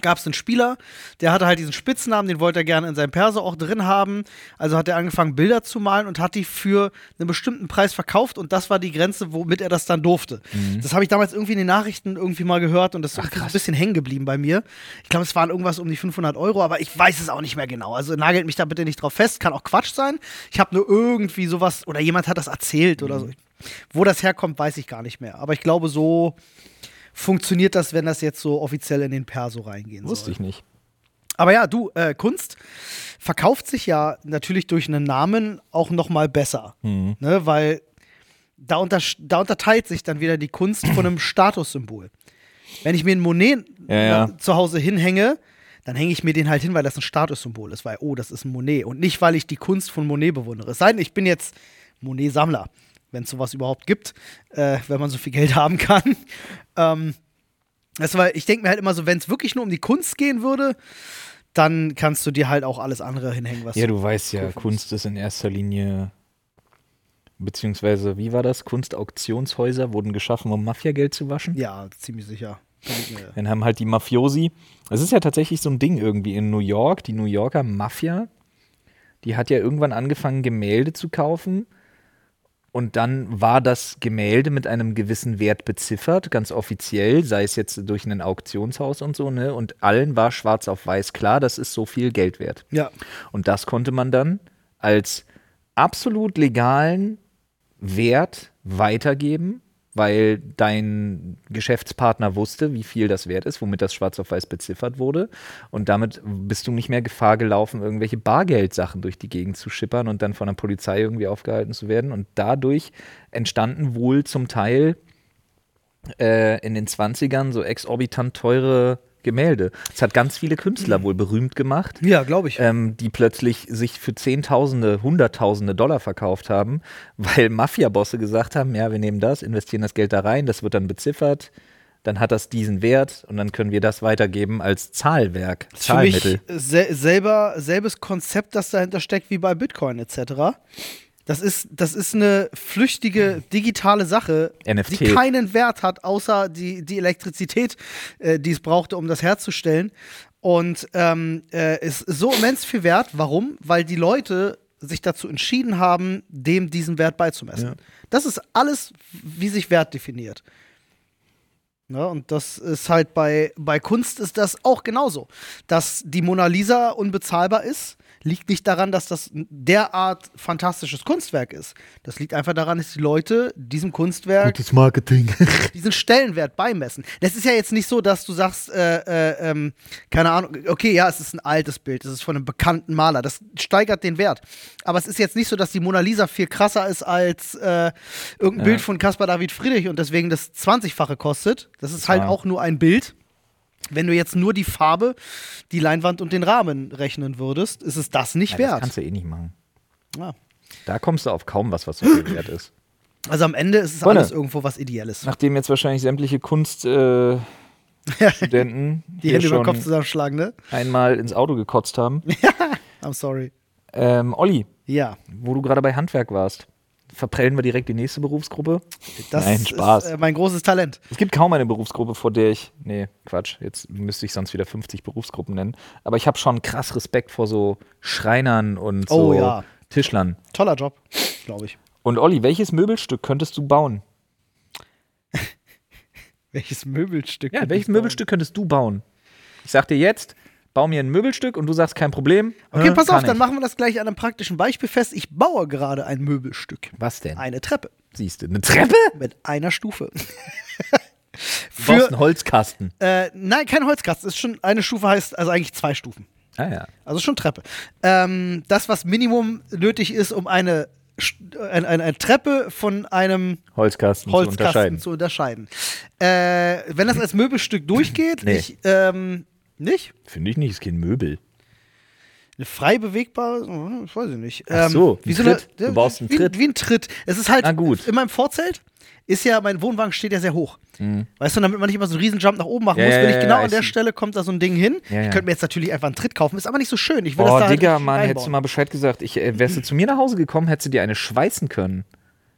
B: gab es einen Spieler, der hatte halt diesen Spitznamen, den wollte er gerne in seinem Perso auch drin haben. Also hat er angefangen, Bilder zu malen und hat die für einen bestimmten Preis verkauft und das war die Grenze, womit er das dann durfte.
A: Mhm.
B: Das habe ich damals irgendwie in den Nachrichten irgendwie mal gehört und das ist irgendwie so ein bisschen hängen geblieben bei mir. Ich glaube, es waren irgendwas um die 500 Euro, aber ich weiß es auch nicht mehr genau. Also nagelt mich da bitte nicht drauf fest, kann auch Quatsch sein. Ich habe nur irgendwie sowas oder jemand hat das erzählt
A: Mhm.
B: oder so. Wo das herkommt, weiß ich gar nicht mehr. Aber ich glaube, so funktioniert das, wenn das jetzt so offiziell in den Perso reingehen soll.
A: Wusste ich nicht.
B: Aber ja, du, äh, Kunst verkauft sich ja natürlich durch einen Namen auch noch mal besser.
A: Mhm.
B: Ne? Weil da, unter, da unterteilt sich dann wieder die Kunst von einem Statussymbol. Wenn ich mir einen Monet
A: Ja, ja.
B: zu Hause hinhänge, dann hänge ich mir den halt hin, weil das ein Statussymbol ist, weil, oh, das ist ein Monet. Und nicht, weil ich die Kunst von Monet bewundere. Es sei denn, ich bin jetzt Monet-Sammler, wenn es sowas überhaupt gibt, äh, wenn man so viel Geld haben kann. ähm, das war, ich denke mir halt immer so, wenn es wirklich nur um die Kunst gehen würde, dann kannst du dir halt auch alles andere hinhängen, was
A: Ja,
B: du.
A: du weißt ja,
B: cool findest.
A: Kunst ist in erster Linie, beziehungsweise, wie war das? Kunstauktionshäuser wurden geschaffen, um Mafiageld zu waschen.
B: Ja, ziemlich sicher.
A: Dann haben halt die Mafiosi, es ist ja tatsächlich so ein Ding irgendwie in New York, die New Yorker Mafia, die hat ja irgendwann angefangen, Gemälde zu kaufen. Und dann war das Gemälde mit einem gewissen Wert beziffert, ganz offiziell, sei es jetzt durch ein Auktionshaus und so, ne? Und allen war schwarz auf weiß klar, das ist so viel Geld wert.
B: Ja.
A: Und das konnte man dann als absolut legalen Wert weitergeben, weil dein Geschäftspartner wusste, wie viel das wert ist, womit das schwarz auf weiß beziffert wurde. Und damit bist du nicht mehr Gefahr gelaufen, irgendwelche Bargeldsachen durch die Gegend zu schippern und dann von der Polizei irgendwie aufgehalten zu werden. Und dadurch entstanden wohl zum Teil äh, in den 20ern so exorbitant teure Gemälde. Es hat ganz viele Künstler wohl berühmt gemacht
B: Ja, glaube ich.
A: ähm, die plötzlich sich für Zehntausende, Hunderttausende Dollar verkauft haben, weil Mafiabosse gesagt haben, ja, wir nehmen das, investieren das Geld da rein, das wird dann beziffert, dann hat das diesen Wert und dann können wir das weitergeben als Zahlwerk,
B: Ist für mich
A: Zahlmittel.
B: sel selber, selbes Konzept, das dahinter steckt, wie bei Bitcoin etc. Das ist, das ist eine flüchtige digitale Sache,
A: NFT.
B: die keinen Wert hat, außer die, die Elektrizität, äh, die es brauchte, um das herzustellen. Und ähm, äh, ist so immens viel wert. Warum? Weil die Leute sich dazu entschieden haben, dem diesen Wert beizumessen.
A: Ja.
B: Das ist alles, wie sich Wert definiert. Ne, und das ist halt bei, bei Kunst ist das auch genauso. Dass die Mona Lisa unbezahlbar ist, liegt nicht daran, dass das ein derart fantastisches Kunstwerk ist. Das liegt einfach daran, dass die Leute diesem Kunstwerk
A: Marketing.
B: diesen Stellenwert beimessen. Das ist ja jetzt nicht so, dass du sagst, äh, äh, ähm, keine Ahnung, okay, ja, es ist ein altes Bild, es ist von einem bekannten Maler, das steigert den Wert. Aber es ist jetzt nicht so, dass die Mona Lisa viel krasser ist als äh, irgendein Bild von Caspar David Friedrich und deswegen das 20-fache kostet. Das ist halt
A: wahr.
B: auch nur ein Bild. Wenn du jetzt nur die Farbe, die Leinwand und den Rahmen rechnen würdest, ist es das nicht
A: Ja, das
B: wert.
A: kannst du eh nicht machen.
B: Ja.
A: Da kommst du auf kaum was, was so viel wert ist.
B: Also am Ende ist es
A: Wolle.
B: alles irgendwo was Ideelles.
A: Nachdem jetzt wahrscheinlich sämtliche Kunststudenten äh, Studenten
B: Die
A: hier
B: Hände über
A: schon
B: den Kopf zusammenschlagen, ne?
A: einmal ins Auto gekotzt haben.
B: I'm sorry.
A: Ähm, Olli,
B: Ja.
A: wo du gerade bei Handwerk warst, verprellen wir direkt die nächste Berufsgruppe.
B: Das
A: Nein, Spaß.
B: ist äh, mein großes Talent.
A: Es gibt kaum eine Berufsgruppe, vor der ich. Nee, Quatsch. Jetzt müsste ich sonst wieder 50 Berufsgruppen nennen. Aber ich habe schon krass Respekt vor so Schreinern und so
B: Oh, ja.
A: Tischlern.
B: Toller Job, glaube ich.
A: Und Olli, welches Möbelstück könntest du bauen?
B: Welches Möbelstück?
A: Ja,
B: könnte ich
A: welches
B: bauen?
A: Möbelstück könntest du bauen? Ich sag dir jetzt, bau mir ein Möbelstück und du sagst kein Problem.
B: Okay, pass
A: Äh, Kann
B: auf, dann
A: ich.
B: machen wir das gleich an einem praktischen Beispiel fest. Ich baue gerade ein Möbelstück.
A: Was denn?
B: Eine Treppe
A: Siehst du, eine Treppe?
B: mit einer Stufe.
A: Du brauchst
B: Für,
A: einen Holzkasten.
B: äh, nein, kein Holzkasten. Ist schon eine Stufe heißt also eigentlich zwei Stufen.
A: Ah ja.
B: Also schon Treppe. Ähm, das was Minimum nötig ist, um eine St- äh, eine, eine Treppe von einem
A: Holzkasten, Um zu
B: Holzkasten
A: unterscheiden.
B: zu unterscheiden. Äh, wenn das als Möbelstück durchgeht,
A: Nee.
B: ich, ähm, nicht?
A: Finde ich nicht, ist kein Möbel.
B: Eine frei bewegbare, hm, ich weiß ich nicht. Ähm,
A: Ach so, ein
B: eine- ne,
A: Tritt. Du baust einen
B: wie,
A: Tritt.
B: Wie ein Tritt. Es ist halt,
A: Na gut.
B: in meinem Vorzelt ist ja, mein Wohnwagen steht ja sehr hoch. Weißt du, damit man nicht immer so einen riesen Jump nach oben machen
A: Mhm. Ja,
B: muss,
A: ja,
B: will ich
A: ja,
B: genau
A: ja,
B: an der
A: ich-
B: Stelle kommt da so ein Ding hin.
A: Ja, ja.
B: Ich könnte mir jetzt natürlich einfach einen Tritt kaufen, ist aber nicht so schön. Ich will das
A: Boah,
B: da halt
A: Digga,
B: richtig
A: Mann,
B: einbauen.
A: hättest du mal Bescheid gesagt. Ich, äh, wärst du zu mir nach Hause gekommen, hättest du dir eine schweißen können.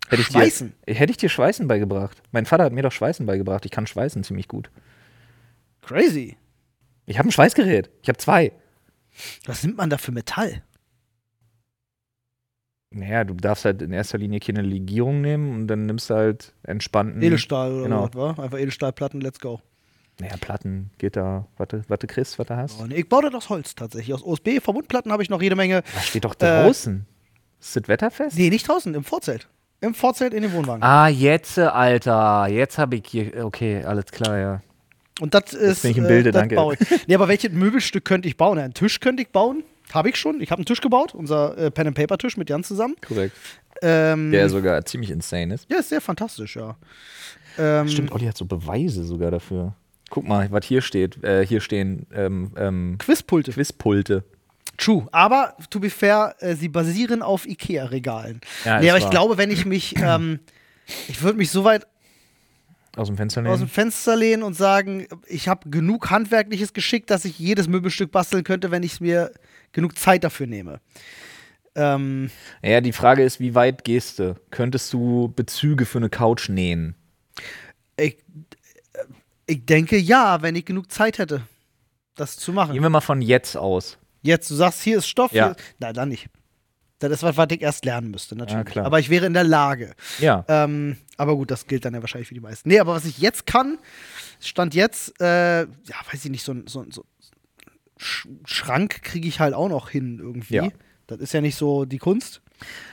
A: Hätte ich
B: Schweißen?
A: Dir, hätte ich dir Schweißen beigebracht. Mein Vater hat mir doch Schweißen beigebracht. Ich kann Schweißen ziemlich gut.
B: Crazy.
A: Ich habe ein Schweißgerät. Ich habe zwei.
B: Was nimmt man da für Metall?
A: Naja, du darfst halt in erster Linie keine Legierung nehmen und dann nimmst du halt entspannten.
B: Edelstahl oder
A: Genau.
B: was, wa? Einfach Edelstahlplatten, let's go.
A: Naja, Platten, Gitter, was du was du kriegst, was du hast.
B: Oh, nee, ich baue das aus Holz tatsächlich. Aus OSB-Verbundplatten habe ich noch jede Menge.
A: Das steht doch
B: Äh,
A: draußen. Ist das wetterfest?
B: Nee, nicht draußen, im Vorzelt. Im Vorzelt in den Wohnwagen.
A: Ah, jetzt, äh, Alter. Jetzt habe ich hier. Okay, alles klar, ja.
B: Und das ist. äh,
A: bin ich im Bilde,
B: das
A: danke.
B: Baue ich. Nee, aber welches Möbelstück könnte ich bauen? Einen Tisch könnte ich bauen. Habe ich schon. Ich habe einen Tisch gebaut. Unser äh, Pen and Paper Tisch mit Jan zusammen.
A: Korrekt.
B: Ähm,
A: Der sogar ziemlich insane ist.
B: ja, ist sehr fantastisch, ja. Ähm,
A: Stimmt, Olli hat so Beweise sogar dafür. Guck mal, was hier steht. Äh, hier stehen ähm, ähm,
B: Quizpulte.
A: Quizpulte.
B: True. Aber, to be fair, äh, sie basieren auf Ikea-Regalen.
A: Ja,
B: nee,
A: ist
B: aber ich
A: wahr.
B: glaube, wenn ich mich, ähm, ich würde mich so weit
A: Aus dem Fenster
B: aus dem
A: nehmen.
B: Fenster lehnen und sagen, ich habe genug handwerkliches Geschick, dass ich jedes Möbelstück basteln könnte, wenn ich mir genug Zeit dafür nehme. Ähm,
A: Ja, die Frage ist, wie weit gehst du? Könntest du Bezüge für eine Couch nähen?
B: ich, äh, ich denke ja, wenn ich genug Zeit hätte, das zu machen.
A: Gehen wir mal von jetzt aus.
B: Jetzt, du sagst, hier ist Stoff.
A: Ja.
B: Hier, nein, dann nicht. Das ist was, was ich erst lernen müsste, natürlich.
A: Ja, klar.
B: Aber ich wäre in der Lage.
A: Ja.
B: Ähm, aber gut, das gilt dann ja wahrscheinlich für die meisten. Nee, aber was ich jetzt kann, stand jetzt, äh, ja, weiß ich nicht, so ein so, ein- so Sch Schrank kriege ich halt auch noch hin irgendwie.
A: Ja.
B: Das ist ja nicht so die Kunst.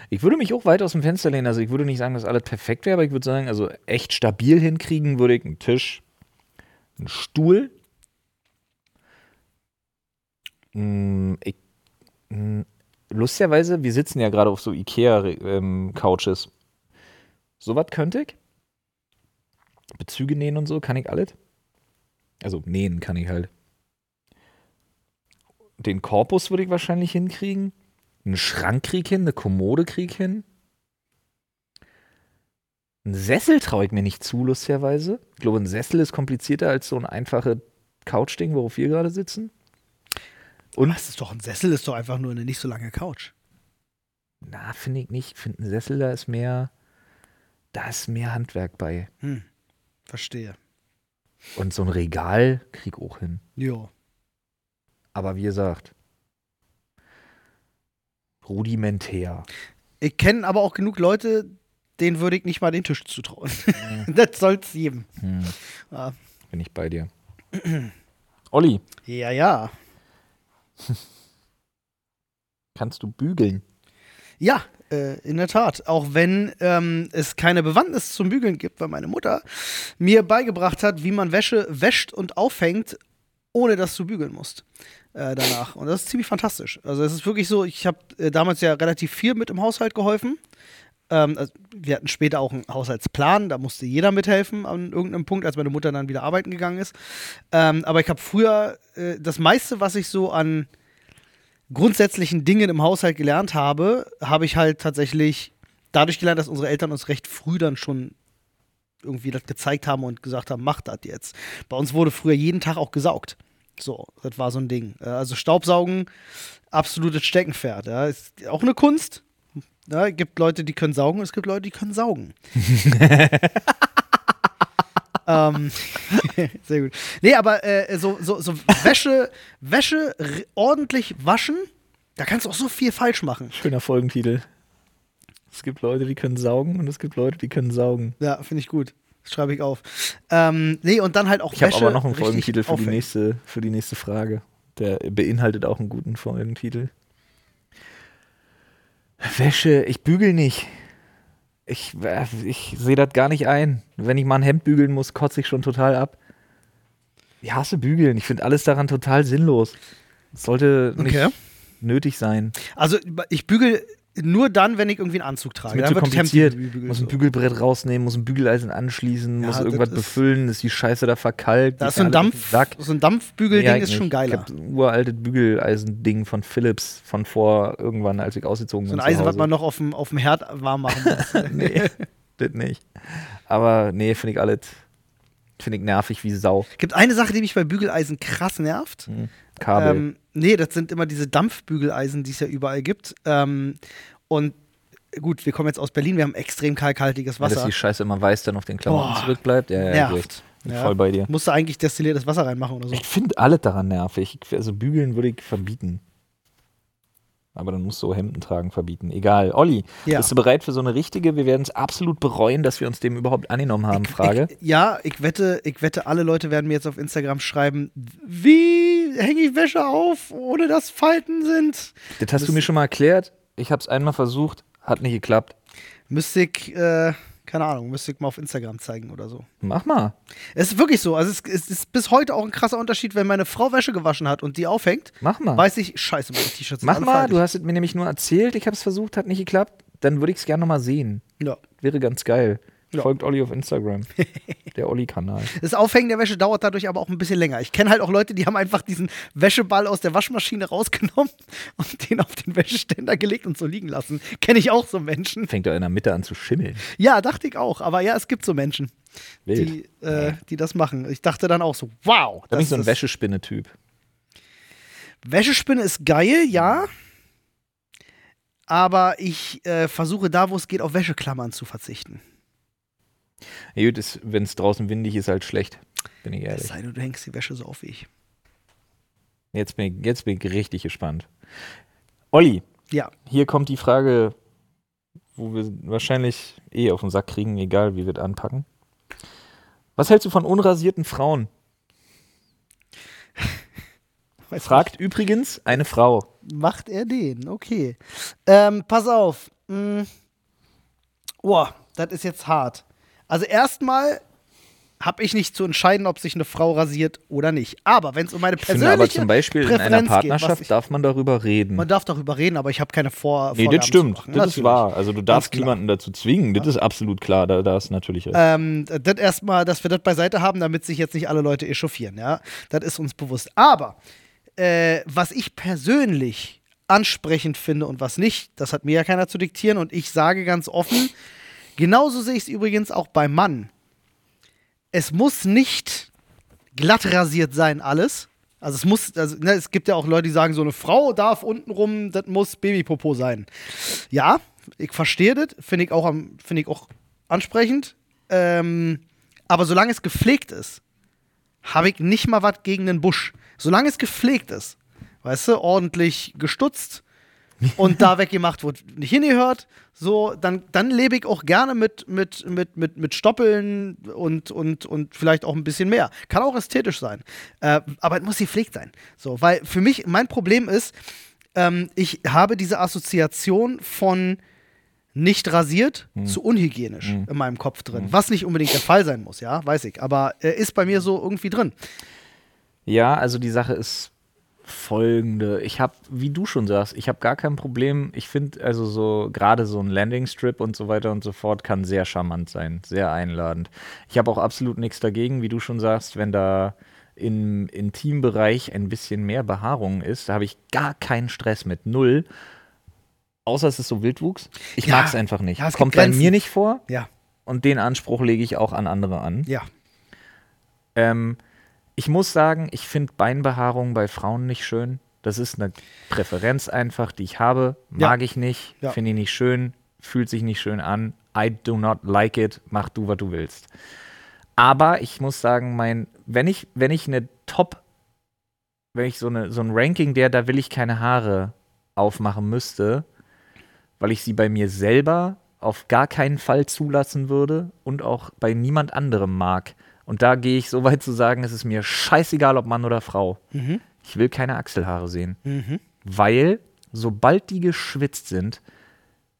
A: Ich würde mich auch weit aus dem Fenster lehnen. Also ich würde nicht sagen, dass alles perfekt wäre, aber ich würde sagen, also echt stabil hinkriegen würde ich einen Tisch, einen Stuhl. Mm, Ich, mm, lustigerweise, wir sitzen ja gerade auf so ähm, Ikea-Couches. Sowas könnte ich. Bezüge nähen und so kann ich alles. Also nähen kann ich halt. Den Korpus würde ich wahrscheinlich hinkriegen einen Schrankkrieg hin, eine Kommodekrieg hin. Ein Sessel traue ich mir nicht zu, lustigerweise. Ich glaube, ein Sessel ist komplizierter als so ein einfache Couchding, worauf wir gerade sitzen. Und?
B: Das ist doch ein Sessel, ist doch einfach nur eine nicht so lange Couch.
A: Na, finde ich nicht. Ich finde, ein Sessel, da ist mehr, da ist mehr Handwerk bei.
B: Hm. Verstehe.
A: Und so ein Regal krieg ich auch hin.
B: Jo.
A: Aber wie gesagt, rudimentär.
B: Ich kenne aber auch genug Leute, denen würde ich nicht mal den Tisch zutrauen. das soll's jedem.
A: Hm,
B: Ah.
A: bin ich bei dir. Olli,
B: Ja, ja.
A: kannst du bügeln?
B: Ja, äh, in der Tat. Auch wenn ähm, es keine Bewandtnis zum Bügeln gibt, weil meine Mutter mir beigebracht hat, wie man Wäsche wäscht und aufhängt, ohne dass du bügeln musst äh, danach. Und das ist ziemlich fantastisch. Also es ist wirklich so, ich habe äh, damals ja relativ viel mit im Haushalt geholfen. Ähm, also wir hatten später auch einen Haushaltsplan, da musste jeder mithelfen an irgendeinem Punkt, als meine Mutter dann wieder arbeiten gegangen ist. Ähm, aber ich habe früher äh, das meiste, was ich so an grundsätzlichen Dingen im Haushalt gelernt habe, habe ich halt tatsächlich dadurch gelernt, dass unsere Eltern uns recht früh dann schon irgendwie das gezeigt haben und gesagt haben, macht das jetzt. Bei uns wurde früher jeden Tag auch gesaugt. So, das war so ein Ding. Äh, Also Staubsaugen, absolutes Steckenpferd. Ja. Ist auch eine Kunst. Ja, es gibt Leute, die können saugen, es gibt Leute, die können saugen. ähm, sehr gut. Nee, aber äh, so, so, so Wäsche, Wäsche r- ordentlich waschen, da kannst du auch so viel falsch machen.
A: Schöner Folgentitel. Es gibt Leute, die können saugen und es gibt Leute, die können saugen.
B: Ja, finde ich gut. Schreibe ich auf. Ähm, nee, und dann halt auch
A: Ich habe
B: Wäsche
A: aber noch einen
B: richtig
A: Folgentitel für die,
B: aufhängen.
A: nächste, für die nächste Frage. Der beinhaltet auch einen guten Folgentitel. Wäsche, ich bügel nicht. Ich, äh, ich sehe das gar nicht ein. Wenn ich mal ein Hemd bügeln muss, kotze ich schon total ab. Ich hasse Bügeln. Ich finde alles daran total sinnlos. Es sollte nicht
B: Okay.
A: nötig sein.
B: Also ich bügel nur dann, wenn ich irgendwie einen Anzug trage.
A: Ist mir
B: dann
A: zu
B: wird das Hemd
A: kompliziert.
B: gebügelt,
A: Muss ein
B: so.
A: Bügelbrett rausnehmen, muss ein Bügeleisen anschließen,
B: Ja,
A: muss
B: das
A: irgendwas
B: ist-
A: befüllen, ist die Scheiße da verkalkt.
B: Da
A: geht
B: ist so ein
A: mir alles auf
B: Dampf,
A: den Sack.
B: so ein Dampfbügelding
A: Nee, ich
B: ist schon
A: nicht.
B: geiler.
A: Ich hab ein uraltes Bügeleisen-Ding von Philips von vor irgendwann, als ich ausgezogen
B: So
A: bin.
B: ein
A: zu
B: Eisen, was
A: Hause.
B: man noch auf dem, auf dem Herd warm machen muss.
A: nee, das nicht. Aber nee, finde ich alles. Finde ich nervig wie Sau.
B: Gibt eine Sache, die mich bei Bügeleisen krass nervt.
A: Hm, Kabel.
B: Ähm, nee, das sind immer diese Dampfbügeleisen, die es ja überall gibt. Ähm, und gut, wir kommen jetzt aus Berlin, wir haben extrem kalkhaltiges
A: Dass
B: Wasser.
A: die Scheiße immer weiß dann auf den Klamotten
B: Boah,
A: zurückbleibt. Ja, ja,
B: nervt.
A: Bin
B: Ja.
A: voll bei dir.
B: Musst du eigentlich destilliertes Wasser reinmachen oder so.
A: Ich finde alles daran nervig. Ich- Also bügeln würde ich verbieten. Aber dann musst du Hemden tragen verbieten. Egal. Olli,
B: Ja.
A: bist du bereit für so eine richtige? Wir werden es absolut bereuen, dass wir uns dem überhaupt angenommen haben. Frage.
B: Ich, ja, ich wette, ich wette, alle Leute werden mir jetzt auf Instagram schreiben, wie hänge ich Wäsche auf, ohne dass Falten sind?
A: das hast du mir schon mal erklärt. Ich habe es einmal versucht, hat nicht geklappt.
B: Müsste ich, äh, keine Ahnung, müsste ich mal auf Instagram zeigen oder so.
A: Mach mal.
B: Es ist wirklich so. Also es, es ist bis heute auch ein krasser Unterschied, wenn meine Frau Wäsche gewaschen hat und die aufhängt,
A: Mach mal.
B: weiß ich, scheiße, meine T-Shirts sind
A: Mach
B: alle
A: mal.
B: faltig.
A: Du hast es mir nämlich nur erzählt. Ich habe es versucht, hat nicht geklappt. Dann würde ich es gerne nochmal sehen.
B: ja.
A: Wäre ganz geil.
B: Ja.
A: Folgt Olli auf Instagram. Der Olli-Kanal.
B: Das Aufhängen der Wäsche dauert dadurch aber auch ein bisschen länger. Ich kenne halt auch Leute, die haben einfach diesen Wäscheball aus der Waschmaschine rausgenommen und den auf den Wäscheständer gelegt und so liegen lassen. Kenne ich auch so Menschen.
A: Fängt doch in der Mitte an zu schimmeln.
B: Ja, dachte ich auch. Aber ja, es gibt so Menschen,
A: Wild.
B: die, äh, die das machen. Ich dachte dann auch so, wow.
A: da bin ich so ein
B: ist-
A: Wäschespinne-Typ.
B: Wäschespinne ist geil, ja. Aber ich äh, versuche da, wo es geht, auf Wäscheklammern zu verzichten.
A: Ja, gut, wenn es draußen windig ist, halt schlecht. Bin ich
B: Es
A: ehrlich.
B: sei denn, du hängst die Wäsche so auf wie ich.
A: Jetzt bin ich, jetzt bin ich richtig gespannt. Olli,
B: Ja.
A: hier kommt die Frage, wo wir wahrscheinlich eh auf den Sack kriegen, egal wie wir das anpacken. Was hältst du von unrasierten Frauen?
B: Weiß
A: Fragt übrigens eine Frau.
B: Macht er den, okay. Ähm, pass auf. Mm. Boah, das ist jetzt hart. Also erstmal habe ich nicht zu entscheiden, ob sich eine Frau rasiert oder nicht. Aber wenn es um meine
A: Ich finde aber
B: persönliche
A: zum Beispiel in einer
B: Präferenz
A: Partnerschaft
B: geht, was ich,
A: darf man darüber reden.
B: man darf darüber reden, aber ich habe keine Vor
A: nee,
B: Vorgaben
A: das
B: zu
A: stimmt.
B: machen.
A: Das ist
B: Natürlich.
A: wahr. Also du darfst
B: klar.
A: niemanden dazu zwingen. Das ist absolut klar. Da, da hast du natürlich recht.
B: Ähm, das erstmal, dass wir das beiseite haben, damit sich jetzt nicht alle Leute echauffieren, ja. Das ist uns bewusst. Aber äh, was ich persönlich ansprechend finde und was nicht, das hat mir ja keiner zu diktieren und ich sage ganz offen, genauso sehe ich es übrigens auch beim Mann. Es muss nicht glatt rasiert sein, alles. Also es muss, also, ne, es gibt ja auch Leute, die sagen, so eine Frau darf untenrum, das muss Babypopo sein. Ja, ich verstehe das, finde ich auch, am- finde ich auch ansprechend. Ähm, aber solange es gepflegt ist, habe ich nicht mal was gegen den Busch. Solange es gepflegt ist, weißt du, ordentlich gestutzt und da weggemacht wird, nicht hingehört, so, dann, dann lebe ich auch gerne mit, mit, mit, mit, mit Stoppeln und, und, und vielleicht auch ein bisschen mehr. Kann auch ästhetisch sein. Äh, aber es muss gepflegt sein. So, weil für mich, mein Problem ist, ähm, ich habe diese Assoziation von nicht rasiert
A: Hm.
B: zu unhygienisch in meinem Kopf drin. Was nicht unbedingt der Fall sein muss, ja, weiß ich. Aber äh, ist bei mir so irgendwie drin.
A: Ja, also die Sache ist folgende. Ich habe, wie du schon sagst, ich habe gar kein Problem. Ich finde also so gerade so ein Landing Strip und so weiter und so fort kann sehr charmant sein, sehr einladend. Ich habe auch absolut nichts dagegen, wie du schon sagst, wenn da im Intimbereich ein bisschen mehr Behaarung ist, da habe ich gar keinen Stress mit null. Außer es ist so Wildwuchs. Ich
B: Ja.
A: mag es einfach nicht.
B: Ja, es gibt
A: Kommt bei
B: Grenzen.
A: mir nicht vor
B: Ja,
A: und den Anspruch lege ich auch an andere an.
B: ja.
A: Ähm, ich muss sagen, ich finde Beinbehaarung bei Frauen nicht schön. Das ist eine Präferenz einfach, die ich habe.
B: Ja.
A: Mag ich nicht,
B: Ja.
A: finde ich nicht schön, fühlt sich nicht schön an. I do not like it. Mach du, was du willst. Aber ich muss sagen, mein, wenn ich, wenn ich eine Top, wenn ich so, eine, so ein Ranking der, da will ich keine Haare aufmachen müsste, weil ich sie bei mir selber auf gar keinen Fall zulassen würde und auch bei niemand anderem mag. Und da gehe ich so weit zu sagen, es ist mir scheißegal, ob Mann oder Frau.
B: Mhm.
A: Ich will keine Achselhaare sehen,
B: Mhm.
A: weil sobald die geschwitzt sind,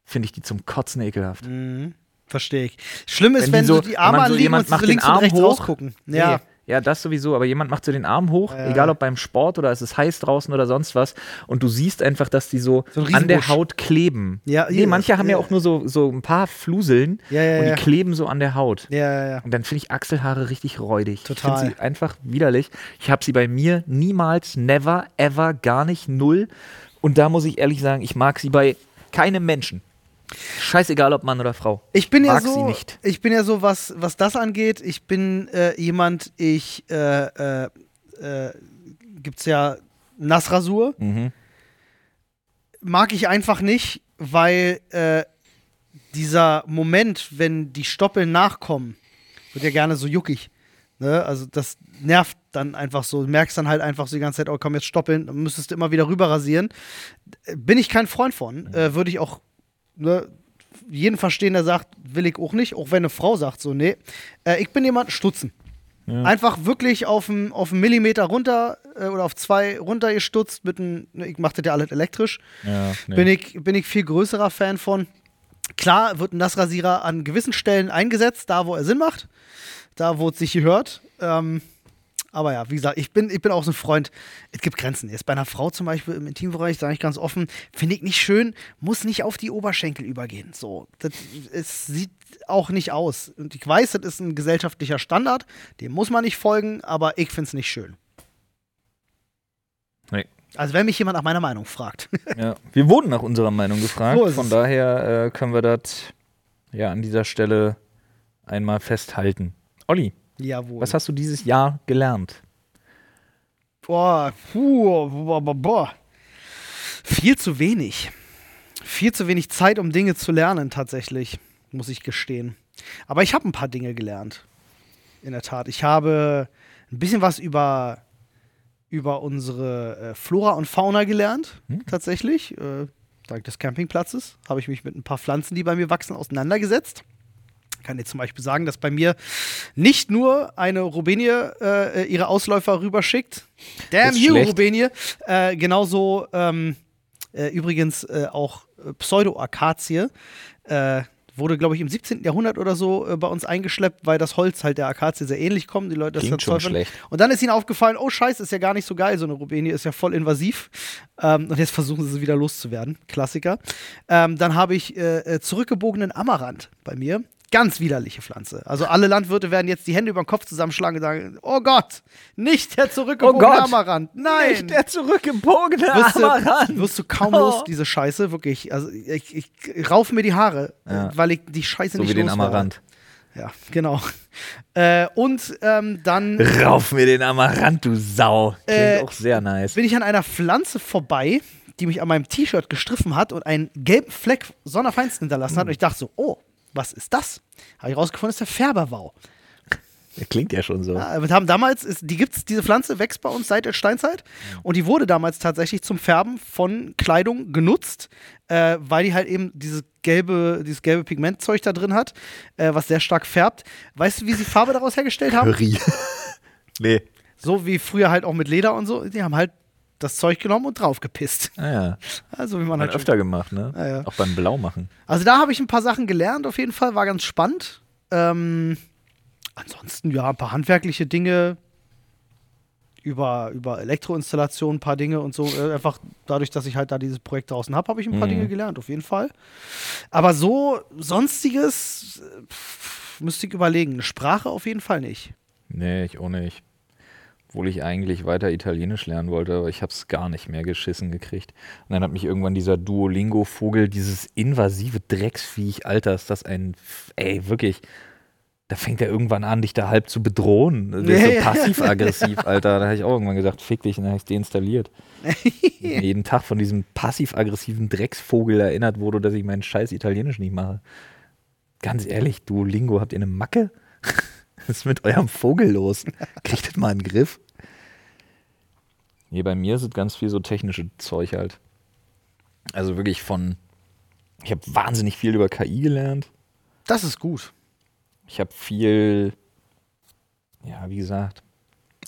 A: finde ich die zum Kotzen ekelhaft.
B: Mhm. Verstehe ich. Schlimm ist, wenn,
A: Wenn die so-
B: so die
A: wenn
B: Arme
A: man so
B: anliegen
A: jemand
B: und sie
A: macht
B: so
A: den
B: links und
A: Arm
B: rechts
A: hoch.
B: rausgucken. Ja.
A: Nee. Ja, das sowieso, aber jemand macht so den Arm hoch,
B: Ja.
A: egal ob beim Sport oder es ist heiß draußen oder sonst was, und du siehst einfach, dass die so,
B: So ein
A: an der
B: Riesenbusch.
A: Haut kleben.
B: Ja,
A: nee,
B: ja,
A: manche haben ja,
B: ja.
A: auch nur so, so ein paar Fluseln
B: Ja, ja,
A: und die
B: ja.
A: kleben so an der Haut.
B: Ja, ja, ja.
A: Und dann finde ich Achselhaare richtig räudig.
B: Total.
A: Ich finde sie einfach widerlich. Ich habe sie bei mir niemals, never, ever, gar nicht, null. Und da muss ich ehrlich sagen, ich mag sie bei keinem Menschen. Scheißegal, ob Mann oder Frau.
B: Ich bin
A: Mag
B: ja so,
A: sie nicht.
B: ich bin ja so, was, was das angeht, ich bin äh, jemand, ich, äh, äh, äh, gibt's ja Nassrasur,
A: Mhm.
B: mag ich einfach nicht, weil äh, dieser Moment, wenn die Stoppeln nachkommen, wird ja gerne so juckig. Ne? Also das nervt dann einfach so. Du merkst dann halt einfach so die ganze Zeit, oh komm, jetzt stoppeln, dann müsstest du immer wieder rüber rasieren. Äh, Bin ich kein Freund von. Äh, Würde ich auch ne, jeden verstehen, der sagt, will ich auch nicht, auch wenn eine Frau sagt so, nee. Äh, ich bin jemand, stutzen. Einfach wirklich auf einen auf 'n Millimeter runter äh, oder auf zwei runter gestutzt mit einem, ich mach das ja alles elektrisch
A: Ja, nee.
B: bin, ich, bin ich viel größerer Fan von. Klar wird ein Nassrasierer an gewissen Stellen eingesetzt, da wo er Sinn macht, da wo es sich gehört. Ähm, Aber ja, wie gesagt, ich bin, ich bin auch so ein Freund. Es gibt Grenzen. Jetzt bei einer Frau zum Beispiel im Intimbereich, sage ich ganz offen, finde ich nicht schön, muss nicht auf die Oberschenkel übergehen. So, das, es sieht auch nicht aus. Und ich weiß, das ist ein gesellschaftlicher Standard, dem muss man nicht folgen, aber ich finde es nicht schön.
A: Nee.
B: Also wenn mich jemand nach meiner Meinung fragt.
A: Ja. Wir wurden nach unserer Meinung gefragt.
B: So ist
A: Von
B: es.
A: daher äh, können wir das ja an dieser Stelle einmal festhalten. Olli,
B: Jawohl.
A: was hast du dieses Jahr gelernt?
B: Boah, puh, boah, boah, boah. Viel zu wenig. Viel zu wenig Zeit, um Dinge zu lernen, tatsächlich, muss ich gestehen. Aber ich habe ein paar Dinge gelernt. In der Tat. Ich habe ein bisschen was über, über unsere äh, Flora und Fauna gelernt, tatsächlich. Äh, dank des Campingplatzes habe ich mich mit ein paar Pflanzen, die bei mir wachsen, auseinandergesetzt kann jetzt zum Beispiel sagen, dass bei mir nicht nur eine Rubenie äh, ihre Ausläufer rüberschickt. Damn
A: Ist
B: you,
A: schlecht.
B: Rubenie. Äh, genauso ähm, äh, übrigens äh, auch äh, Pseudo-Akazie. Äh, wurde, glaube ich, im 17. Jahrhundert oder so äh, bei uns eingeschleppt, weil das Holz halt der Akazie sehr ähnlich kommt. Die Leute das
A: Klingt schon
B: verzweifeln.
A: schlecht.
B: Und dann ist ihnen aufgefallen, oh scheiße, ist ja gar nicht so geil, so eine Rubenie ist ja voll invasiv. Ähm, und jetzt versuchen sie sie wieder loszuwerden. Klassiker. Ähm, dann habe ich äh, äh, zurückgebogenen Amaranth bei mir. Ganz widerliche Pflanze. Also alle Landwirte werden jetzt die Hände über den Kopf zusammenschlagen und sagen, oh Gott, nicht der zurückgebogene
A: Gott,
B: Amaranth. Nein.
A: Nicht der zurückgebogene
B: Oh wirst du,
A: Amaranth.
B: wirst du kaum
A: Oh.
B: los, diese Scheiße, wirklich. Also ich, ich, ich rauf mir die Haare,
A: Ja.
B: weil ich die Scheiße
A: So
B: nicht
A: wie den
B: loswerde.
A: Amaranth.
B: Ja, genau. Äh, und ähm, dann
A: Rauf mir den Amaranth, du Sau. Klingt
B: Äh,
A: auch sehr nice.
B: bin ich an einer Pflanze vorbei, die mich an meinem T-Shirt gestriffen hat und einen gelben Fleck sonderfeinsten hinterlassen
A: Hm.
B: hat. Und ich dachte so, oh, was ist das? Habe ich rausgefunden, ist der Färberwau.
A: Der Klingt ja schon so.
B: Ja, Äh, wir haben damals, ist, die gibt's, diese Pflanze wächst bei uns seit der Steinzeit und die wurde damals tatsächlich zum Färben von Kleidung genutzt, äh, weil die halt eben dieses gelbe, dieses gelbe Pigmentzeug da drin hat, äh, was sehr stark färbt. Weißt du, wie sie Farbe daraus hergestellt haben?
A: Curry. nee.
B: So wie früher halt auch mit Leder und so. Die haben halt das Zeug genommen und draufgepisst.
A: Ah ja.
B: Also wie man
A: Hat
B: halt
A: man
B: schon
A: öfter gemacht, ne?
B: Ah, ja.
A: Auch beim Blaumachen.
B: Also da habe ich ein paar Sachen gelernt, auf jeden Fall, war ganz spannend. Ähm, ansonsten, ja, ein paar handwerkliche Dinge über, über Elektroinstallation, ein paar Dinge und so. Äh, einfach dadurch, dass ich halt da dieses Projekt draußen habe, habe ich ein
A: Mhm.
B: paar Dinge gelernt, auf jeden Fall. Aber so sonstiges äh, pff, müsste ich überlegen. Eine Sprache auf jeden Fall nicht.
A: Nee, ich auch nicht. Obwohl ich eigentlich weiter Italienisch lernen wollte, aber ich habe es gar nicht mehr geschissen gekriegt. Und dann hat mich irgendwann dieser Duolingo-Vogel, dieses invasive Drecksviech, Alter, ist das ein. F- Ey, wirklich. Da fängt er irgendwann an, dich da halb zu bedrohen. Der ist
B: Ja,
A: so
B: ja.
A: passiv-aggressiv, Alter. Da habe ich auch irgendwann gesagt, fick dich, und dann habe ich deinstalliert. Und jeden Tag von diesem passiv-aggressiven Drecksvogel erinnert wurde, dass ich meinen scheiß Italienisch nicht mache. Ganz ehrlich, Duolingo, habt ihr eine Macke? Was ist mit eurem Vogel los? Kriegt das mal einen Griff? Nee, bei mir sind ganz viel so technische Zeug halt. Also wirklich von. Ich habe wahnsinnig viel über KI gelernt.
B: Das ist gut.
A: Ich habe viel. Ja, wie gesagt.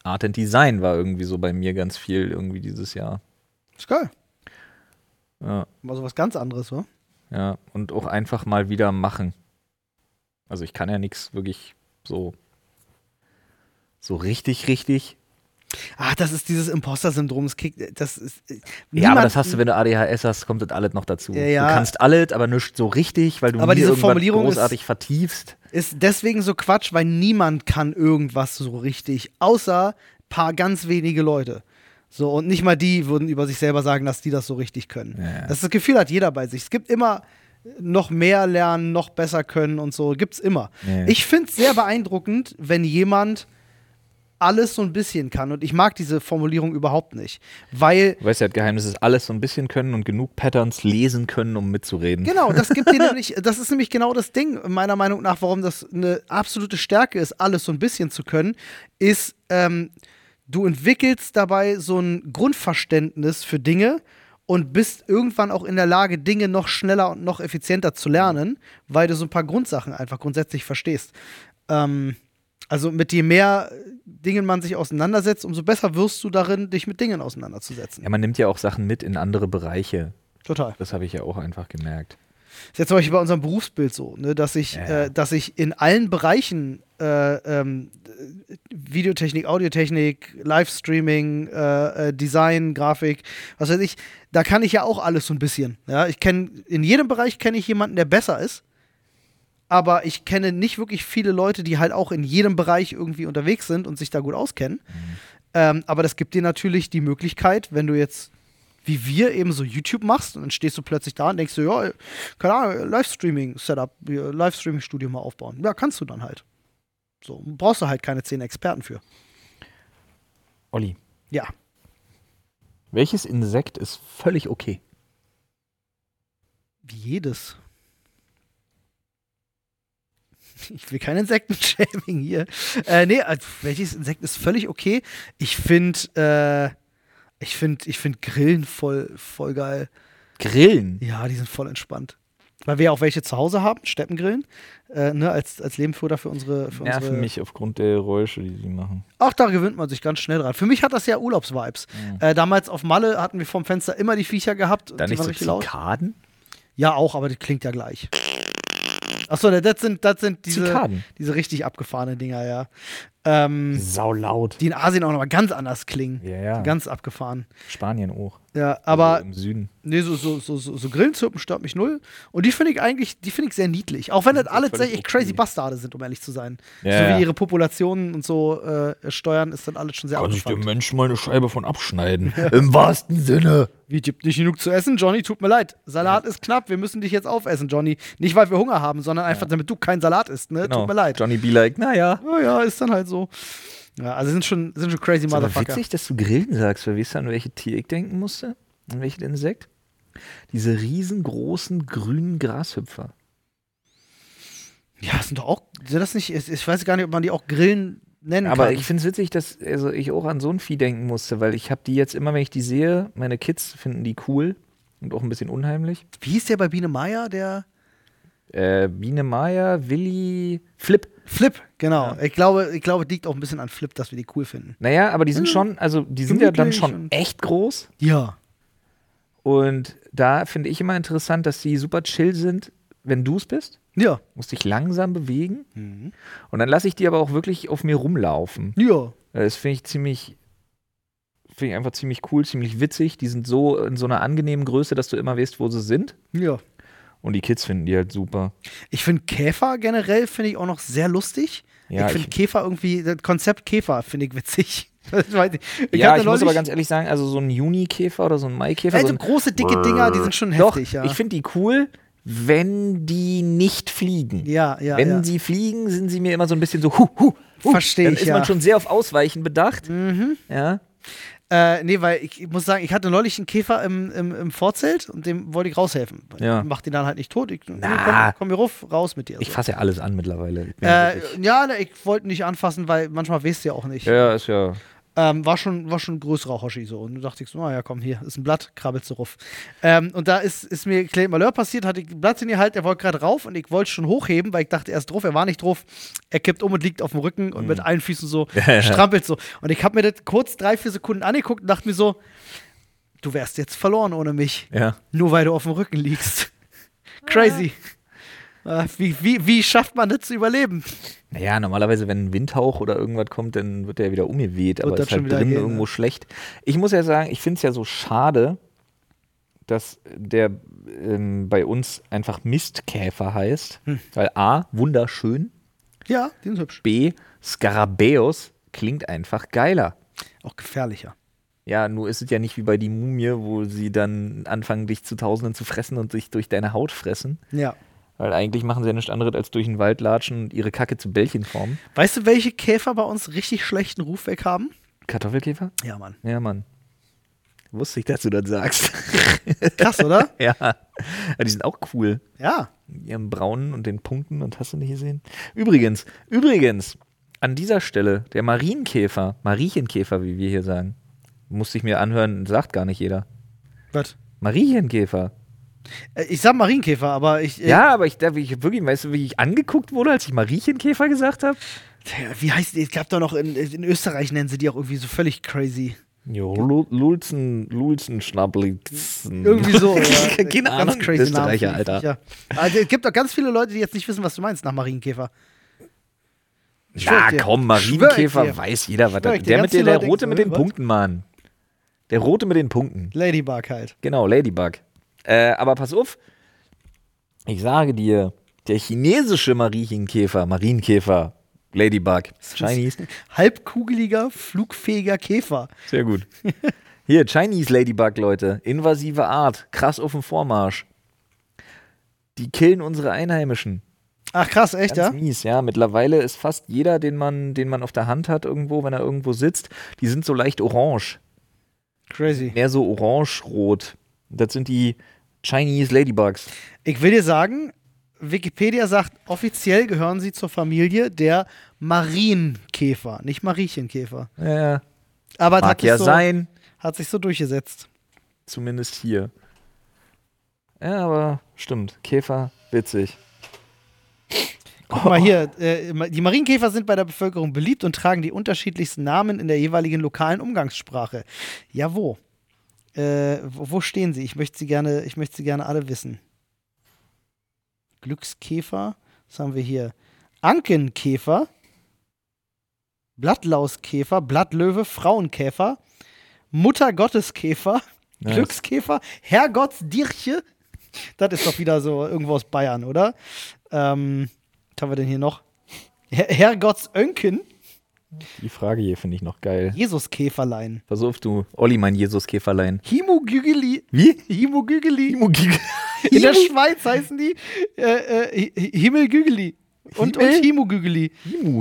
A: Art and Design war irgendwie so bei mir ganz viel irgendwie dieses Jahr.
B: Ist geil.
A: Ja,
B: Mal so was ganz anderes, oder?
A: ja. Und auch einfach mal wieder machen. Also ich kann ja nichts wirklich so. So richtig, richtig.
B: Ach, Ah, das ist dieses Imposter-Syndrom. Das kickt, das ist. äh,
A: Ja, aber
B: niemand-
A: das hast du, wenn du ADHS hast, kommt das alles noch dazu.
B: Ja, ja.
A: Du kannst alles, aber nicht so richtig, weil du
B: Aber
A: nie
B: diese
A: irgendwas
B: Formulierung ist-
A: großartig vertiefst.
B: ist deswegen so Quatsch, weil niemand kann irgendwas so richtig, außer paar ganz wenige Leute. So, und nicht mal die würden über sich selber sagen, dass die das so richtig können.
A: Ja, ja.
B: Das, das Gefühl hat jeder bei sich. Es gibt immer noch mehr lernen, noch besser können und so, gibt's immer.
A: Ja, ja.
B: Ich finde es sehr beeindruckend, wenn jemand alles so ein bisschen kann. Und ich mag diese Formulierung überhaupt nicht. Weil
A: Du weißt ja, das Geheimnis ist alles so ein bisschen können und genug Patterns lesen können, um mitzureden.
B: Genau, das gibt dir nämlich, das ist nämlich genau das Ding, meiner Meinung nach, warum das eine absolute Stärke ist, alles so ein bisschen zu können, ist, ähm, du entwickelst dabei so ein Grundverständnis für Dinge und bist irgendwann auch in der Lage, Dinge noch schneller und noch effizienter zu lernen, weil du so ein paar Grundsachen einfach grundsätzlich verstehst. Ähm, also mit je mehr Dingen man sich auseinandersetzt, umso besser wirst du darin, dich mit Dingen auseinanderzusetzen.
A: Ja, man nimmt ja auch Sachen mit in andere Bereiche.
B: Total.
A: Das habe ich ja auch einfach gemerkt.
B: Ist ja zum Beispiel bei unserem Berufsbild so, ne, dass ich,
A: Ja, ja.
B: Äh, dass ich in allen Bereichen äh, ähm, äh, Videotechnik, Audiotechnik, Livestreaming, äh, äh, Design, Grafik, was weiß ich, da kann ich ja auch alles so ein bisschen. Ja, ich kenne in jedem Bereich kenne ich jemanden, der besser ist, aber ich kenne nicht wirklich viele Leute, die halt auch in jedem Bereich irgendwie unterwegs sind und sich da gut auskennen.
A: Mhm.
B: Ähm, aber das gibt dir natürlich die Möglichkeit, wenn du jetzt wie wir eben so YouTube machst und dann stehst du plötzlich da und denkst du, ja, keine Ahnung, Livestreaming-Setup, ja, Livestreaming-Studio mal aufbauen. Ja, kannst du dann halt. So, brauchst du halt keine zehn Experten für.
A: Olli,
B: Ja.
A: welches Insekt ist völlig okay?
B: Wie jedes. Ich will kein Insektenshaming hier. Äh, nee, also welches Insekt ist völlig okay. Ich finde, äh, ich finde, ich finde Grillen voll, voll geil.
A: Grillen.
B: Ja, die sind voll entspannt. Weil wir ja auch welche zu Hause haben, Steppengrillen, äh, ne, als, als Lebenfutter für unsere. Für unsere
A: Nerven mich aufgrund der Geräusche, die sie machen.
B: Auch da gewöhnt man sich ganz schnell dran. Für mich hat das ja Urlaubsvibes. Äh, damals auf Malle hatten wir vorm Fenster immer die Viecher gehabt. und
A: Dann
B: die
A: Mhm. nicht
B: waren
A: so
B: richtig laut.
A: Zikaden?
B: Ja, auch, aber das klingt ja gleich. Achso, ne, das sind, das sind diese,
A: Zikaden.
B: diese richtig abgefahrenen Dinger, ja. Ähm,
A: Sau laut.
B: die in Asien auch nochmal ganz anders klingen.
A: Ja, ja.
B: Ganz abgefahren.
A: Spanien auch.
B: Ja, aber
A: Also Im Süden.
B: Nee, so, so, so, so, so Grillenzirpen stört mich null. Und die finde ich eigentlich, die finde ich sehr niedlich. Auch wenn das alle
A: völlig
B: tatsächlich
A: okay.
B: crazy Bastarde sind, um ehrlich zu sein.
A: Ja,
B: so wie
A: ja.
B: ihre Populationen und so äh, steuern, ist dann alles schon sehr abgefuckt.
A: Mensch mal eine Scheibe von abschneiden? Im wahrsten Sinne.
B: Wie gibt nicht genug zu essen, Johnny? Tut mir leid. Salat ist knapp, wir müssen dich jetzt aufessen, Johnny. Nicht, weil wir Hunger haben, sondern einfach, damit du keinen Salat isst, ne?
A: Genau.
B: Tut mir leid.
A: Johnny B. like, naja.
B: Ja, ja, ist dann halt so. Ja, also sind schon, sind schon crazy
A: Ist aber
B: Motherfucker.
A: witzig, dass du Grillen sagst, weil weißt du, an welche Tier ich denken musste? An welches Insekt? Diese riesengroßen grünen Grashüpfer.
B: Ja, sind doch auch, sind das nicht, ich, ich weiß gar nicht, ob man die auch Grillen nennen
A: Aber
B: kann.
A: ich finde es witzig, dass also ich auch an so ein Vieh denken musste, weil ich habe die jetzt immer, wenn ich die sehe, meine Kids finden die cool und auch ein bisschen unheimlich.
B: Wie hieß der bei Biene Meier, der
A: Äh, Biene Maya, Willi, Flip.
B: Flip, genau. Ich glaube, ich glaube, liegt auch ein bisschen an Flip, dass wir die cool finden.
A: Naja, aber die sind schon, also die sind ja dann
B: Hm. Gemütlich
A: schon
B: und-
A: echt groß.
B: Ja.
A: Und da finde ich immer interessant, dass die super chill sind, wenn du es bist.
B: Ja.
A: Musst dich langsam bewegen. Und dann lasse ich die aber auch wirklich auf mir rumlaufen.
B: Ja.
A: Äh, Das finde ich ziemlich, finde ich einfach ziemlich cool, ziemlich witzig. Die sind so in so einer angenehmen Größe, dass du immer weißt, wo sie sind.
B: Ja.
A: Und die Kids finden die halt super.
B: Ich finde Käfer generell finde ich auch noch sehr lustig.
A: Ja,
B: ich finde
A: ich-
B: Käfer irgendwie, das Konzept Käfer finde ich witzig. Das weiß ich ich
A: ja,
B: hatte
A: ich muss
B: neulich-
A: aber ganz ehrlich sagen, also so ein Juni-Käfer oder so ein Mai-Käfer.
B: also
A: so ein,
B: große, dicke Dinger, die sind schon
A: doch,
B: heftig, ja.
A: ich finde die cool, wenn die nicht fliegen.
B: ja, ja,
A: Wenn
B: ja.
A: sie fliegen, sind sie mir immer so ein bisschen so, hu, hu, hu.
B: Versteh
A: Dann
B: ich,
A: ist man
B: ja. Mhm.
A: schon sehr auf Ausweichen bedacht. Ja.
B: Äh, nee, weil ich, ich muss sagen, ich hatte neulich einen Käfer im, im, im Vorzelt und dem wollte ich raushelfen.
A: Ja.
B: Ich mach den dann halt nicht tot. Ich, nee,
A: Na.
B: komm, komm hier ruf, raus mit dir.
A: Ich
B: so.
A: fasse ja alles an mittlerweile. Ich bin ja
B: äh,
A: wirklich-
B: ja, ne, ich wollte ihn nicht anfassen, weil manchmal weißt du ja auch nicht.
A: ja, ja, ist ja.
B: Ähm, war, schon, war schon ein größerer Hoshi so. Und du dachtest, naja, komm, hier ist ein Blatt, krabbelst du ruf. Ähm, und da ist, ist mir Clay Malheur passiert, hatte ich ein Blatt in die Hand, er wollte gerade rauf und ich wollte schon hochheben, weil ich dachte, er ist drauf, er war nicht drauf. Er kippt um und liegt auf dem Rücken und mit allen Füßen so strampelt so. Und ich habe mir das kurz drei, vier Sekunden angeguckt und dachte mir so, du wärst jetzt verloren ohne mich.
A: Ja.
B: Nur weil du auf dem Rücken liegst. Crazy. Äh, Wie, wie, wie schafft man das zu überleben?
A: Naja, normalerweise, wenn ein Windhauch oder irgendwas kommt, dann wird der wieder umgeweht, aber
B: das
A: ist
B: schon
A: halt
B: wieder
A: drin
B: gehen, ne?
A: irgendwo schlecht. Ich muss ja sagen, ich finde es ja so schade, dass der ähm, bei uns einfach Mistkäfer heißt.
B: Hm.
A: Weil A, wunderschön.
B: Ja, die sind hübsch.
A: B, Skarabäus klingt einfach geiler.
B: Auch gefährlicher.
A: Ja, nur ist es ja nicht wie bei die Mumie, wo sie dann anfangen, dich zu Tausenden zu fressen und dich durch deine Haut fressen.
B: Ja.
A: Weil eigentlich machen sie ja nichts anderes, als durch den Wald latschen und ihre Kacke zu Bällchen formen.
B: Weißt du, welche Käfer bei uns richtig schlechten Ruf weg haben?
A: Kartoffelkäfer?
B: Ja, Mann.
A: Ja, Mann. Wusste ich, dass du das sagst.
B: Krass, oder?
A: ja. Die sind auch cool.
B: ja.
A: Mit ihren braunen und den Punkten und hast du nicht gesehen? Übrigens, übrigens, an dieser Stelle, der Marienkäfer, Mariechenkäfer, wie wir hier sagen, musste ich mir anhören, sagt gar nicht jeder.
B: Was?
A: Mariechenkäfer.
B: Äh, Ich sag Marienkäfer, aber ich. äh,
A: Ja, aber ich, da, wie ich wirklich, weißt du, wie ich angeguckt wurde, als ich Mariechenkäfer gesagt habe?
B: Wie heißt die? Es gab doch noch in, in Österreich nennen sie die auch irgendwie so völlig crazy.
A: Jo, Lu- Lulzen, Lulzen, Schnabblitzen.
B: Irgendwie so. ja.
A: Keine Ahnung, Österreicher,
B: Namen.
A: Alter.
B: Ja. Also, es gibt doch ganz viele Leute, die jetzt nicht wissen, was du meinst nach Marienkäfer. schwör
A: Na
B: ich dir.
A: komm,
B: Schwör ich
A: Marienkäfer
B: dir.
A: weiß jeder, was
B: Schwör
A: das
B: ich
A: ist.
B: dir,
A: Der,
B: ganz
A: mit der,
B: viele
A: der
B: Leute
A: rote
B: denken
A: mit
B: so,
A: den
B: was?
A: Punkten, Mann. Der rote mit den Punkten.
B: Ladybug halt.
A: Genau, Ladybug. Äh, aber pass auf, ich sage dir, der chinesische Marienkäfer, Marienkäfer, Ladybug, Chinese,
B: Halbkugeliger, flugfähiger Käfer.
A: sehr gut. Hier, Chinese Ladybug, Leute, invasive Art, krass auf dem Vormarsch. Die killen unsere Einheimischen.
B: Ach krass, echt,
A: Ganz
B: ja?
A: mies, ja. Mittlerweile ist fast jeder, den man, den man auf der Hand hat irgendwo, wenn er irgendwo sitzt, die sind so leicht orange.
B: Crazy.
A: Mehr so orange-rot. Das sind die Chinese Ladybugs.
B: Ich will dir sagen, Wikipedia sagt, offiziell gehören sie zur Familie der Marienkäfer, nicht Mariechenkäfer.
A: Ja,
B: Aber es hat
A: mag
B: sich
A: ja
B: so,
A: sein.
B: hat sich so durchgesetzt.
A: Zumindest hier. Ja, aber stimmt. Käfer, witzig.
B: Guck
A: Oh.
B: mal hier, äh, die Marienkäfer sind bei der Bevölkerung beliebt und tragen die unterschiedlichsten Namen in der jeweiligen lokalen Umgangssprache. Ja, wo? Äh, wo wo stehen sie? Ich möchte sie gerne, ich möchte sie gerne alle wissen. Glückskäfer, was haben wir hier? Ankenkäfer, Blattlauskäfer, Blattlöwe, Frauenkäfer, Muttergotteskäfer,
A: Oh, Nice.
B: Glückskäfer, Herrgottsdirche. Das ist doch wieder so irgendwo aus Bayern, oder? Ähm, was haben wir denn hier noch? Her Herrgottsönken,
A: Die Frage hier finde ich noch geil.
B: Jesuskäferlein.
A: Pass auf, du Olli, mein Jesus-Käferlein.
B: Himogügeli.
A: Wie?
B: Himogügeli. In der
A: Himu,
B: Schweiz heißen die äh, äh, Hi- Himmelgügeli. Und,
A: Himmel?
B: und Himogügeli.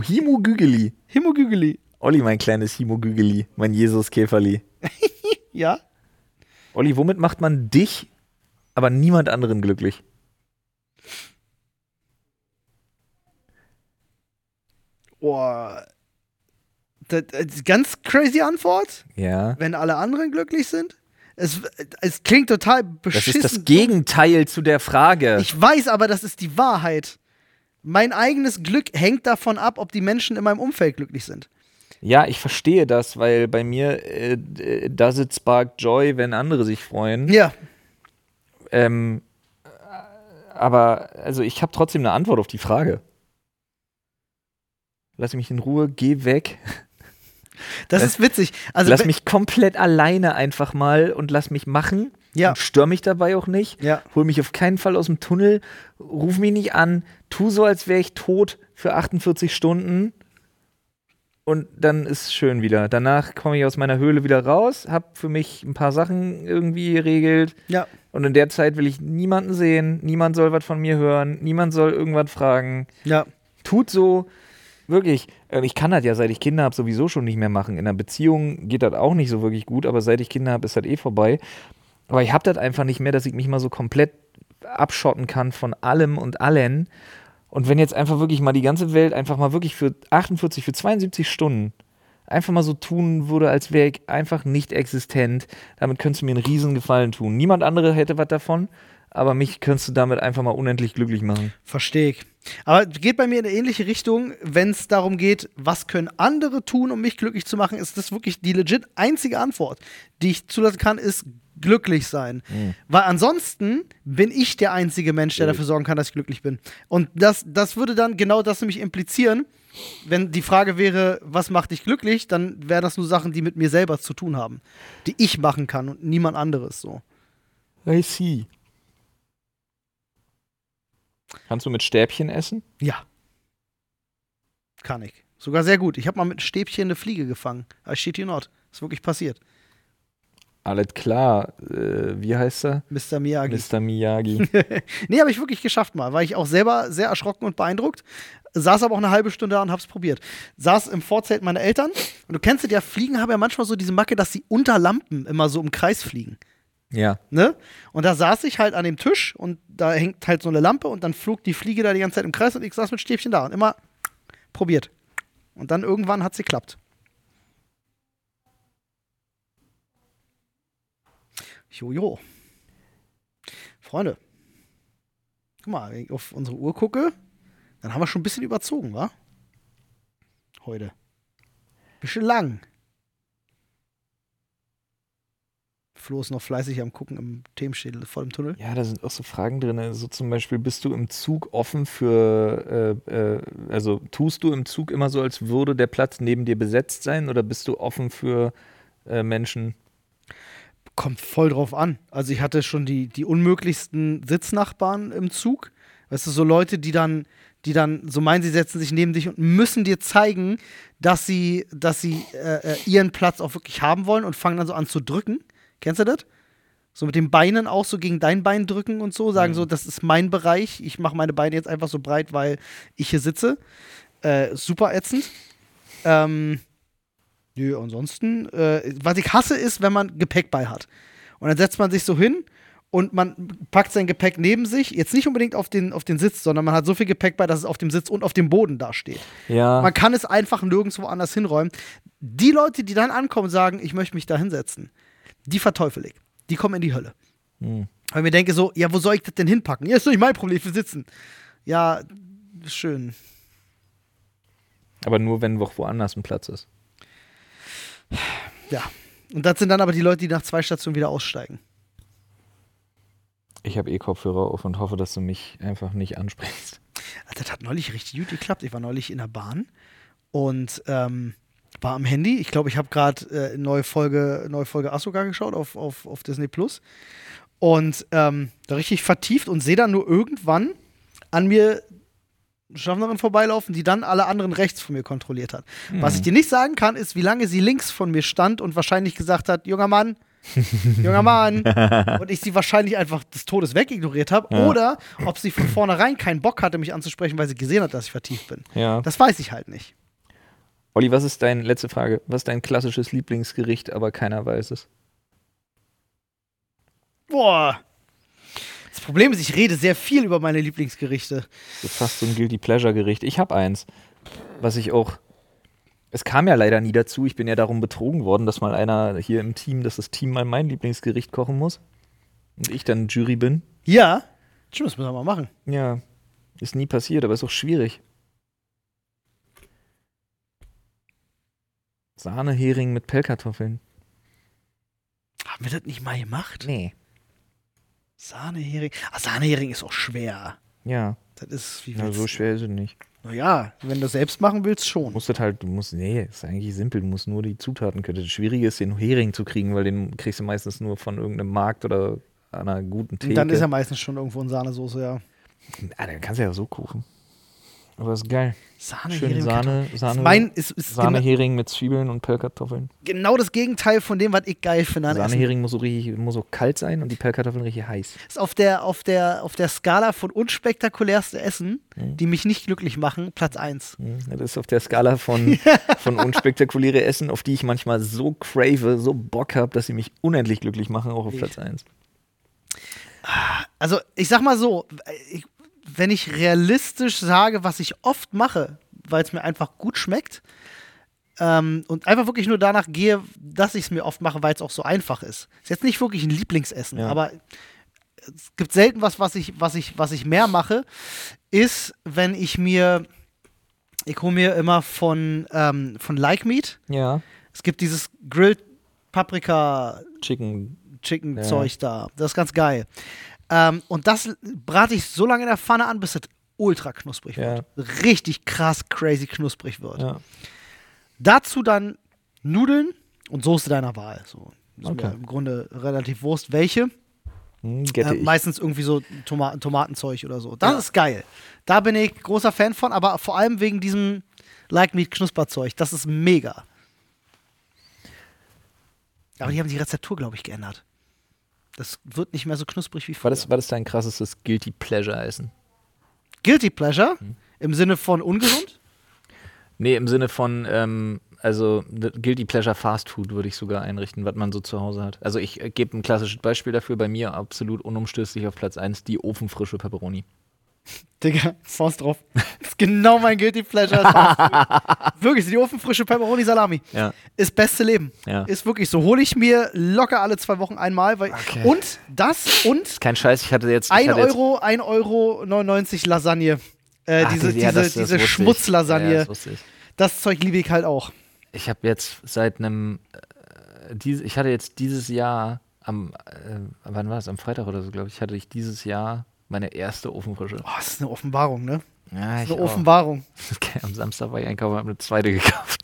A: Himu Gügeli.
B: Himogügeli.
A: Olli, mein kleines Himu Gügeli, mein Jesus-Käferli.
B: Ja?
A: Olli, womit macht man dich, aber niemand anderen glücklich?
B: Boah. Oh, Das, das, ganz crazy Antwort,
A: Ja.
B: wenn alle anderen glücklich sind. Es, es klingt total
A: Das
B: beschissen.
A: ist das Gegenteil zu der Frage.
B: Ich weiß aber, das ist die Wahrheit. Mein eigenes Glück hängt davon ab, ob die Menschen in meinem Umfeld glücklich sind.
A: Ja, ich verstehe das, weil bei mir äh, äh, does it spark joy, wenn andere sich freuen.
B: Ja.
A: Ähm, äh, aber also ich habe trotzdem eine Antwort auf die Frage. Lass mich in Ruhe, geh weg.
B: Das ist witzig. Also,
A: Äh. lass
B: wenn-
A: mich komplett alleine einfach mal und lass mich machen.
B: Ja.
A: Und stör mich dabei auch nicht.
B: Ja.
A: Hol mich auf keinen Fall aus dem Tunnel. Ruf mich nicht an. Tu so, als wäre ich tot für 48 Stunden. Und dann ist schön wieder. Danach komme ich aus meiner Höhle wieder raus, hab für mich ein paar Sachen irgendwie geregelt.
B: Ja.
A: Und in der Zeit will ich niemanden sehen, niemand soll was von mir hören, niemand soll irgendwas fragen.
B: Ja.
A: Tut so, wirklich. Äh, Ich kann das ja, seit ich Kinder habe, sowieso schon nicht mehr machen. In einer Beziehung geht das auch nicht so wirklich gut, aber seit ich Kinder habe, ist das eh vorbei. Aber ich habe das einfach nicht mehr, dass ich mich mal so komplett abschotten kann von allem und allen. Und wenn jetzt einfach wirklich mal die ganze Welt einfach mal wirklich für 48, für 72 Stunden einfach mal so tun würde, als wäre ich einfach nicht existent, damit könntest du mir einen riesen Gefallen tun. Niemand andere hätte was davon, aber mich könntest du damit einfach mal unendlich glücklich machen.
B: Verstehe ich. Aber es geht bei mir in eine ähnliche Richtung, wenn es darum geht, was können andere tun, um mich glücklich zu machen, ist das wirklich die legit einzige Antwort, die ich zulassen kann, ist glücklich sein. Weil ansonsten bin ich der einzige Mensch, der dafür sorgen kann, dass ich glücklich bin. Und das, das würde dann genau das nämlich implizieren, wenn die Frage wäre, was macht dich glücklich, dann wären das nur Sachen, die mit mir selber zu tun haben, die ich machen kann und niemand anderes so.
A: I see. Kannst du mit Stäbchen essen?
B: Ja. Kann ich. Sogar sehr gut. Ich habe mal mit einem Stäbchen eine Fliege gefangen. I shit you not. Ist wirklich passiert.
A: Alles klar. Äh, wie heißt er?
B: Mr. Miyagi.
A: Mr. Miyagi.
B: Nee, habe ich wirklich geschafft mal. War ich auch selber sehr erschrocken und beeindruckt. Saß aber auch eine halbe Stunde da und hab's probiert. Saß im Vorzelt meiner Eltern. Und du kennst es ja, Fliegen haben ja manchmal so diese Macke, dass sie unter Lampen immer so im Kreis fliegen.
A: ja.
B: Ne? Und da saß ich halt an dem Tisch und da hängt halt so eine Lampe und dann flog die Fliege da die ganze Zeit im Kreis und ich saß mit Stäbchen da und immer probiert. Und dann irgendwann hat's geklappt. Jojo. Freunde. Guck mal, wenn ich auf unsere Uhr gucke, dann haben wir schon ein bisschen überzogen, wa? Heute. Bisschen lang. Flo ist noch fleißig am Gucken im Themenschädel vor dem Tunnel.
A: Ja, da sind auch so Fragen drin. So zum Beispiel, bist du im Zug offen für, äh, äh, also tust du im Zug immer so, als würde der Platz neben dir besetzt sein oder bist du offen für äh, Menschen?
B: Kommt voll drauf an. Also ich hatte schon die, die unmöglichsten Sitznachbarn im Zug. Weißt du, so Leute, die dann, die dann so meinen, sie setzen sich neben dich und müssen dir zeigen, dass sie, dass sie äh, äh, ihren Platz auch wirklich haben wollen und fangen dann so an zu drücken. Kennst du das? So mit den Beinen auch so gegen dein Bein drücken und so, sagen so, das ist mein Bereich, ich mache meine Beine jetzt einfach so breit, weil ich hier sitze. Äh, super ätzend. Ähm, nö, ansonsten, äh, was ich hasse, ist, wenn man Gepäck bei hat. Und dann setzt man sich so hin und man packt sein Gepäck neben sich, jetzt nicht unbedingt auf den, auf den Sitz, sondern man hat so viel Gepäck bei, dass es auf dem Sitz und auf dem Boden dasteht.
A: Ja.
B: Man kann es einfach nirgendwo anders hinräumen. Die Leute, die dann ankommen und sagen, ich möchte mich da hinsetzen, die verteufel ich. Die kommen in die Hölle.
A: Hm.
B: Weil ich mir denke so, ja, wo soll ich das denn hinpacken? Ja, ist doch nicht mein Problem, ich will sitzen. Ja, schön.
A: Aber nur, wenn wo- woanders ein Platz ist.
B: Ja. Und das sind dann aber die Leute, die nach zwei Stationen wieder aussteigen.
A: Ich habe eh Kopfhörer auf und hoffe, dass du mich einfach nicht ansprichst.
B: Also, Das hat neulich richtig gut geklappt. Ich war neulich in der Bahn und ähm, war am Handy. Ich glaube, ich habe gerade äh, neue Folge, neue Folge Asuka geschaut auf, auf, auf Disney Plus. Und ähm, da richtig vertieft und sehe dann nur irgendwann an mir eine Schaffnerin vorbeilaufen, die dann alle anderen rechts von mir kontrolliert hat. Was
A: Hm. Mhm.
B: ich dir nicht sagen kann, ist, wie lange sie links von mir stand und wahrscheinlich gesagt hat, junger Mann, junger Mann. und ich sie wahrscheinlich einfach des Todes wegignoriert habe.
A: Ja.
B: Oder ob sie von vornherein keinen Bock hatte, mich anzusprechen, weil sie gesehen hat, dass ich vertieft bin.
A: Ja.
B: Das weiß ich halt nicht.
A: Olli, was ist dein, letzte Frage, was ist dein klassisches Lieblingsgericht, aber keiner weiß es?
B: Boah. Das Problem ist, ich rede sehr viel über meine Lieblingsgerichte.
A: So fast so ein Guilty Pleasure Gericht. Ich habe eins, was ich auch. Es kam ja leider nie dazu. Ich bin ja darum betrogen worden, dass mal einer hier im Team, dass das Team mal mein Lieblingsgericht kochen muss. Und ich dann Jury bin.
B: Ja. Stimmt, das müssen wir mal machen.
A: Ja, ist nie passiert, aber ist auch schwierig. Sahnehering mit Pellkartoffeln.
B: Haben wir das nicht mal gemacht?
A: Nee.
B: Sahnehering. Ah, Sahnehering ist auch schwer.
A: Ja,
B: Das ist wie
A: na,
B: willst
A: so
B: du-
A: schwer ist es nicht.
B: Naja, wenn du es selbst machen willst,
A: Du
B: schon.
A: musst das halt, du musst, nee, ist eigentlich simpel, du musst nur die Zutaten können. Das Schwierige ist, den Hering zu kriegen, weil den kriegst du meistens nur von irgendeinem Markt oder einer guten Theke.
B: Und dann ist er meistens schon irgendwo in Sahnesoße, ja.
A: ah, dann kannst du ja so kuchen. Aber ist geil. Schön
B: Sahnehering.
A: Sahne,
B: Ist
A: Sahne,
B: mein, ist, ist gena
A: Sahnehering mit Zwiebeln und Pellkartoffeln.
B: genau das Gegenteil von dem, was ich geil finde. an Essen.
A: Sahnehering muss so richtig, muss so kalt sein und die Pellkartoffeln richtig heiß.
B: ist auf der, auf der, auf der Skala von unspektakulärste Essen,
A: Mhm.
B: die mich nicht glücklich machen, Platz 1.
A: Hm, Das ist auf der Skala von, von unspektakuläre Essen, auf die ich manchmal so crave, so Bock habe, dass sie mich unendlich glücklich machen, auch auf Platz 1.
B: Also, ich sag mal so, ich, wenn ich realistisch sage, was ich oft mache, weil es mir einfach gut schmeckt ähm, und einfach wirklich nur danach gehe, dass ich es mir oft mache, weil es auch so einfach ist. Ist jetzt nicht wirklich ein Lieblingsessen,
A: Ja.
B: aber es gibt selten was, was ich, was ich, was ich mehr mache, ist, wenn ich mir, ich hole mir immer von, ähm, von Like Meat,
A: Ja,
B: Es gibt dieses Grilled Paprika
A: Chicken
B: Chicken Zeug da. Das ist ganz geil. Ähm, und das l- brate ich so lange in der Pfanne an, bis es ultra knusprig
A: Ja.
B: wird. Richtig krass, crazy knusprig wird.
A: Ja.
B: Dazu dann Nudeln und Soße deiner Wahl. So. Ist mir
A: Okay.
B: Im Grunde relativ Wurst, welche.
A: Hm,
B: Äh,
A: Gette ich.
B: meistens irgendwie so Toma Tomatenzeug oder so. Das ist geil. Da bin ich großer Fan von, aber vor allem wegen diesem Like Meat Knusperzeug. Das ist mega. Aber die haben die Rezeptur, glaube ich, geändert. Das wird nicht mehr so knusprig wie
A: War
B: vorher.
A: das, war das dein krassestes Guilty Pleasure Essen?
B: Guilty Pleasure im Sinne von ungesund?
A: Nee, im Sinne von, ähm, also d- Guilty Pleasure Fast Food würde ich sogar einrichten, was man so zu Hause hat. Also ich äh, gebe ein klassisches Beispiel dafür, bei mir absolut unumstößlich auf Platz 1 die ofenfrische Pepperoni.
B: Digga, Faust drauf. Das ist genau mein Guilty Pleasure. Das war's. wirklich, die ofenfrische Pepperoni Salami.
A: Ja.
B: Ist beste Leben.
A: Ja.
B: Ist wirklich so. Hole ich mir locker alle zwei Wochen einmal. Weil
A: Okay.
B: Und das und
A: Kein Scheiß, ich hatte jetzt. ich
B: 1
A: hatte jetzt-
B: Euro, 1,99 Euro 99 Lasagne. Äh,
A: Ach,
B: diese
A: ja, das-
B: diese,
A: das
B: diese
A: wusste ich.
B: Schmutzlasagne.
A: Ja, das wusste ich.
B: das Zeug liebe ich halt auch.
A: ich habe jetzt seit einem, äh, dies, ich hatte jetzt dieses Jahr am, äh, wann war das? Am Freitag oder so, glaube ich, hatte ich dieses Jahr meine erste Ofenfrische.
B: Boah, Oh, das ist eine Offenbarung, ne?
A: Ja,
B: Das
A: ich
B: ist eine
A: auch.
B: Offenbarung.
A: Okay, am Samstag war ich einkaufen, habe eine zweite gekauft.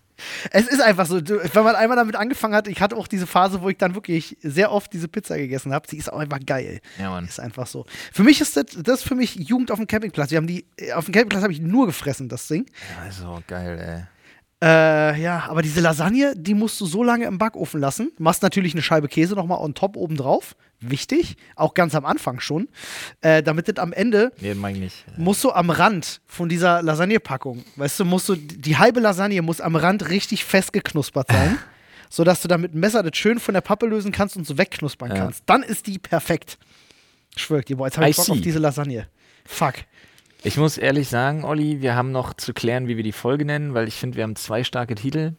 B: Es ist einfach so, du- wenn man einmal damit angefangen hat, ich hatte auch diese Phase, wo ich dann wirklich sehr oft diese Pizza gegessen habe. Sie ist auch einfach geil.
A: Ja, Mann.
B: Ist einfach so. Für mich ist das, das ist für mich Jugend auf dem Campingplatz. Wir haben die, auf dem Campingplatz habe ich nur gefressen, das Ding.
A: Also, geil, ey.
B: Äh, ja, aber diese Lasagne, die musst du so lange im Backofen lassen. Machst natürlich eine Scheibe Käse nochmal on top oben drauf. Wichtig. Auch ganz am Anfang schon. Äh, damit das am Ende
A: Nee, den mag ich nicht.
B: musst du am Rand von dieser Lasagnepackung, weißt du, musst du, die halbe Lasagne muss am Rand richtig festgeknuspert sein, sodass du dann mit dem Messer das schön von der Pappe lösen kannst und so wegknuspern
A: Ja.
B: kannst. Dann ist die perfekt. Schwör ich dir, boah, jetzt hab
A: I
B: ich Bock
A: see.
B: auf diese Lasagne. Fuck.
A: Ich muss ehrlich sagen, Olli, wir haben noch zu klären, wie wir die Folge nennen, weil ich finde, wir haben zwei starke Titel.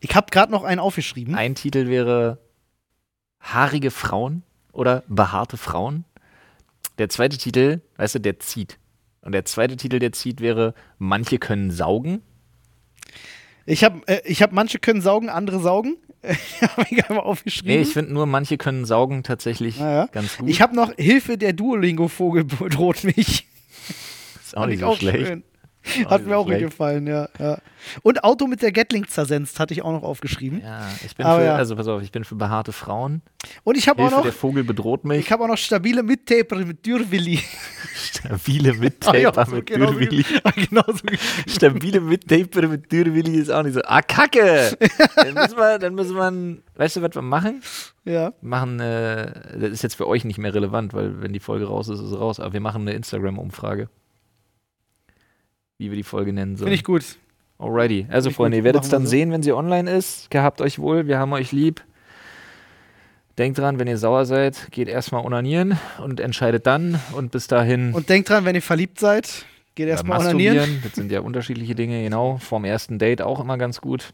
B: Ich hab gerade noch einen aufgeschrieben.
A: Ein Titel wäre Haarige Frauen oder Behaarte Frauen. Der zweite Titel, weißt du, der zieht. Und der zweite Titel, der zieht, wäre Manche können saugen.
B: Ich hab, äh, ich hab, manche können saugen, andere saugen. hab ich einmal aufgeschrieben.
A: Nee, ich finde nur, manche können saugen tatsächlich
B: Naja.
A: ganz gut.
B: Ich habe noch Hilfe, der Duolingo-Vogel bedroht mich.
A: ist auch
B: Fand
A: nicht
B: ich
A: so Oh, schlecht.
B: schön.
A: Auch
B: Hat
A: nicht
B: mir
A: so
B: auch
A: schlecht.
B: gut gefallen, ja, ja. Und Auto mit der Gatling zersenzt hatte ich auch noch aufgeschrieben.
A: Ja, ich bin
B: Aber
A: für,
B: ja.
A: also pass auf, ich bin für behaarte Frauen.
B: Und ich habe auch
A: Hilfe, der
B: noch,
A: Vogel bedroht
B: ich
A: mich.
B: habe auch noch stabile Mittaper mit Dürrwilli.
A: Stabile
B: Hab ich auch
A: Mittaper
B: so
A: mit
B: genauso
A: Dürrwilli.
B: ge- hab ich genauso geschrieben.
A: Stabile Mittaper mit Dürrwilli ist auch nicht so. Ah, Kacke! dann, müssen wir, dann müssen wir, ein- weißt du, was wir machen?
B: ja.
A: Wir machen, äh, das ist jetzt für euch nicht mehr relevant, weil wenn die Folge raus ist, ist es raus. Aber wir machen eine Instagram-Umfrage. Wie wir die Folge nennen sollen.
B: Finde ich gut.
A: Alrighty. Also,
B: Finde ich
A: Freunde,
B: gut.
A: ihr werdet es
B: Machen wir
A: dann
B: so.
A: sehen, wenn sie online ist. Gehabt euch wohl, wir haben euch lieb. Denkt dran, wenn ihr sauer seid, geht erstmal onanieren und entscheidet dann. Und bis dahin
B: Und denkt dran, wenn ihr verliebt seid, geht
A: oder
B: erstmal
A: masturbieren.
B: onanieren.
A: Das sind ja unterschiedliche Dinge, genau. Vorm ersten Date auch immer ganz gut.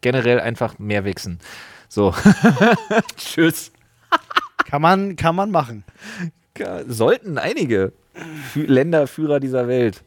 A: Generell einfach mehr wichsen. So. Tschüss.
B: Kann man, kann man machen.
A: Ja, Sollten einige Fü Länderführer dieser Welt.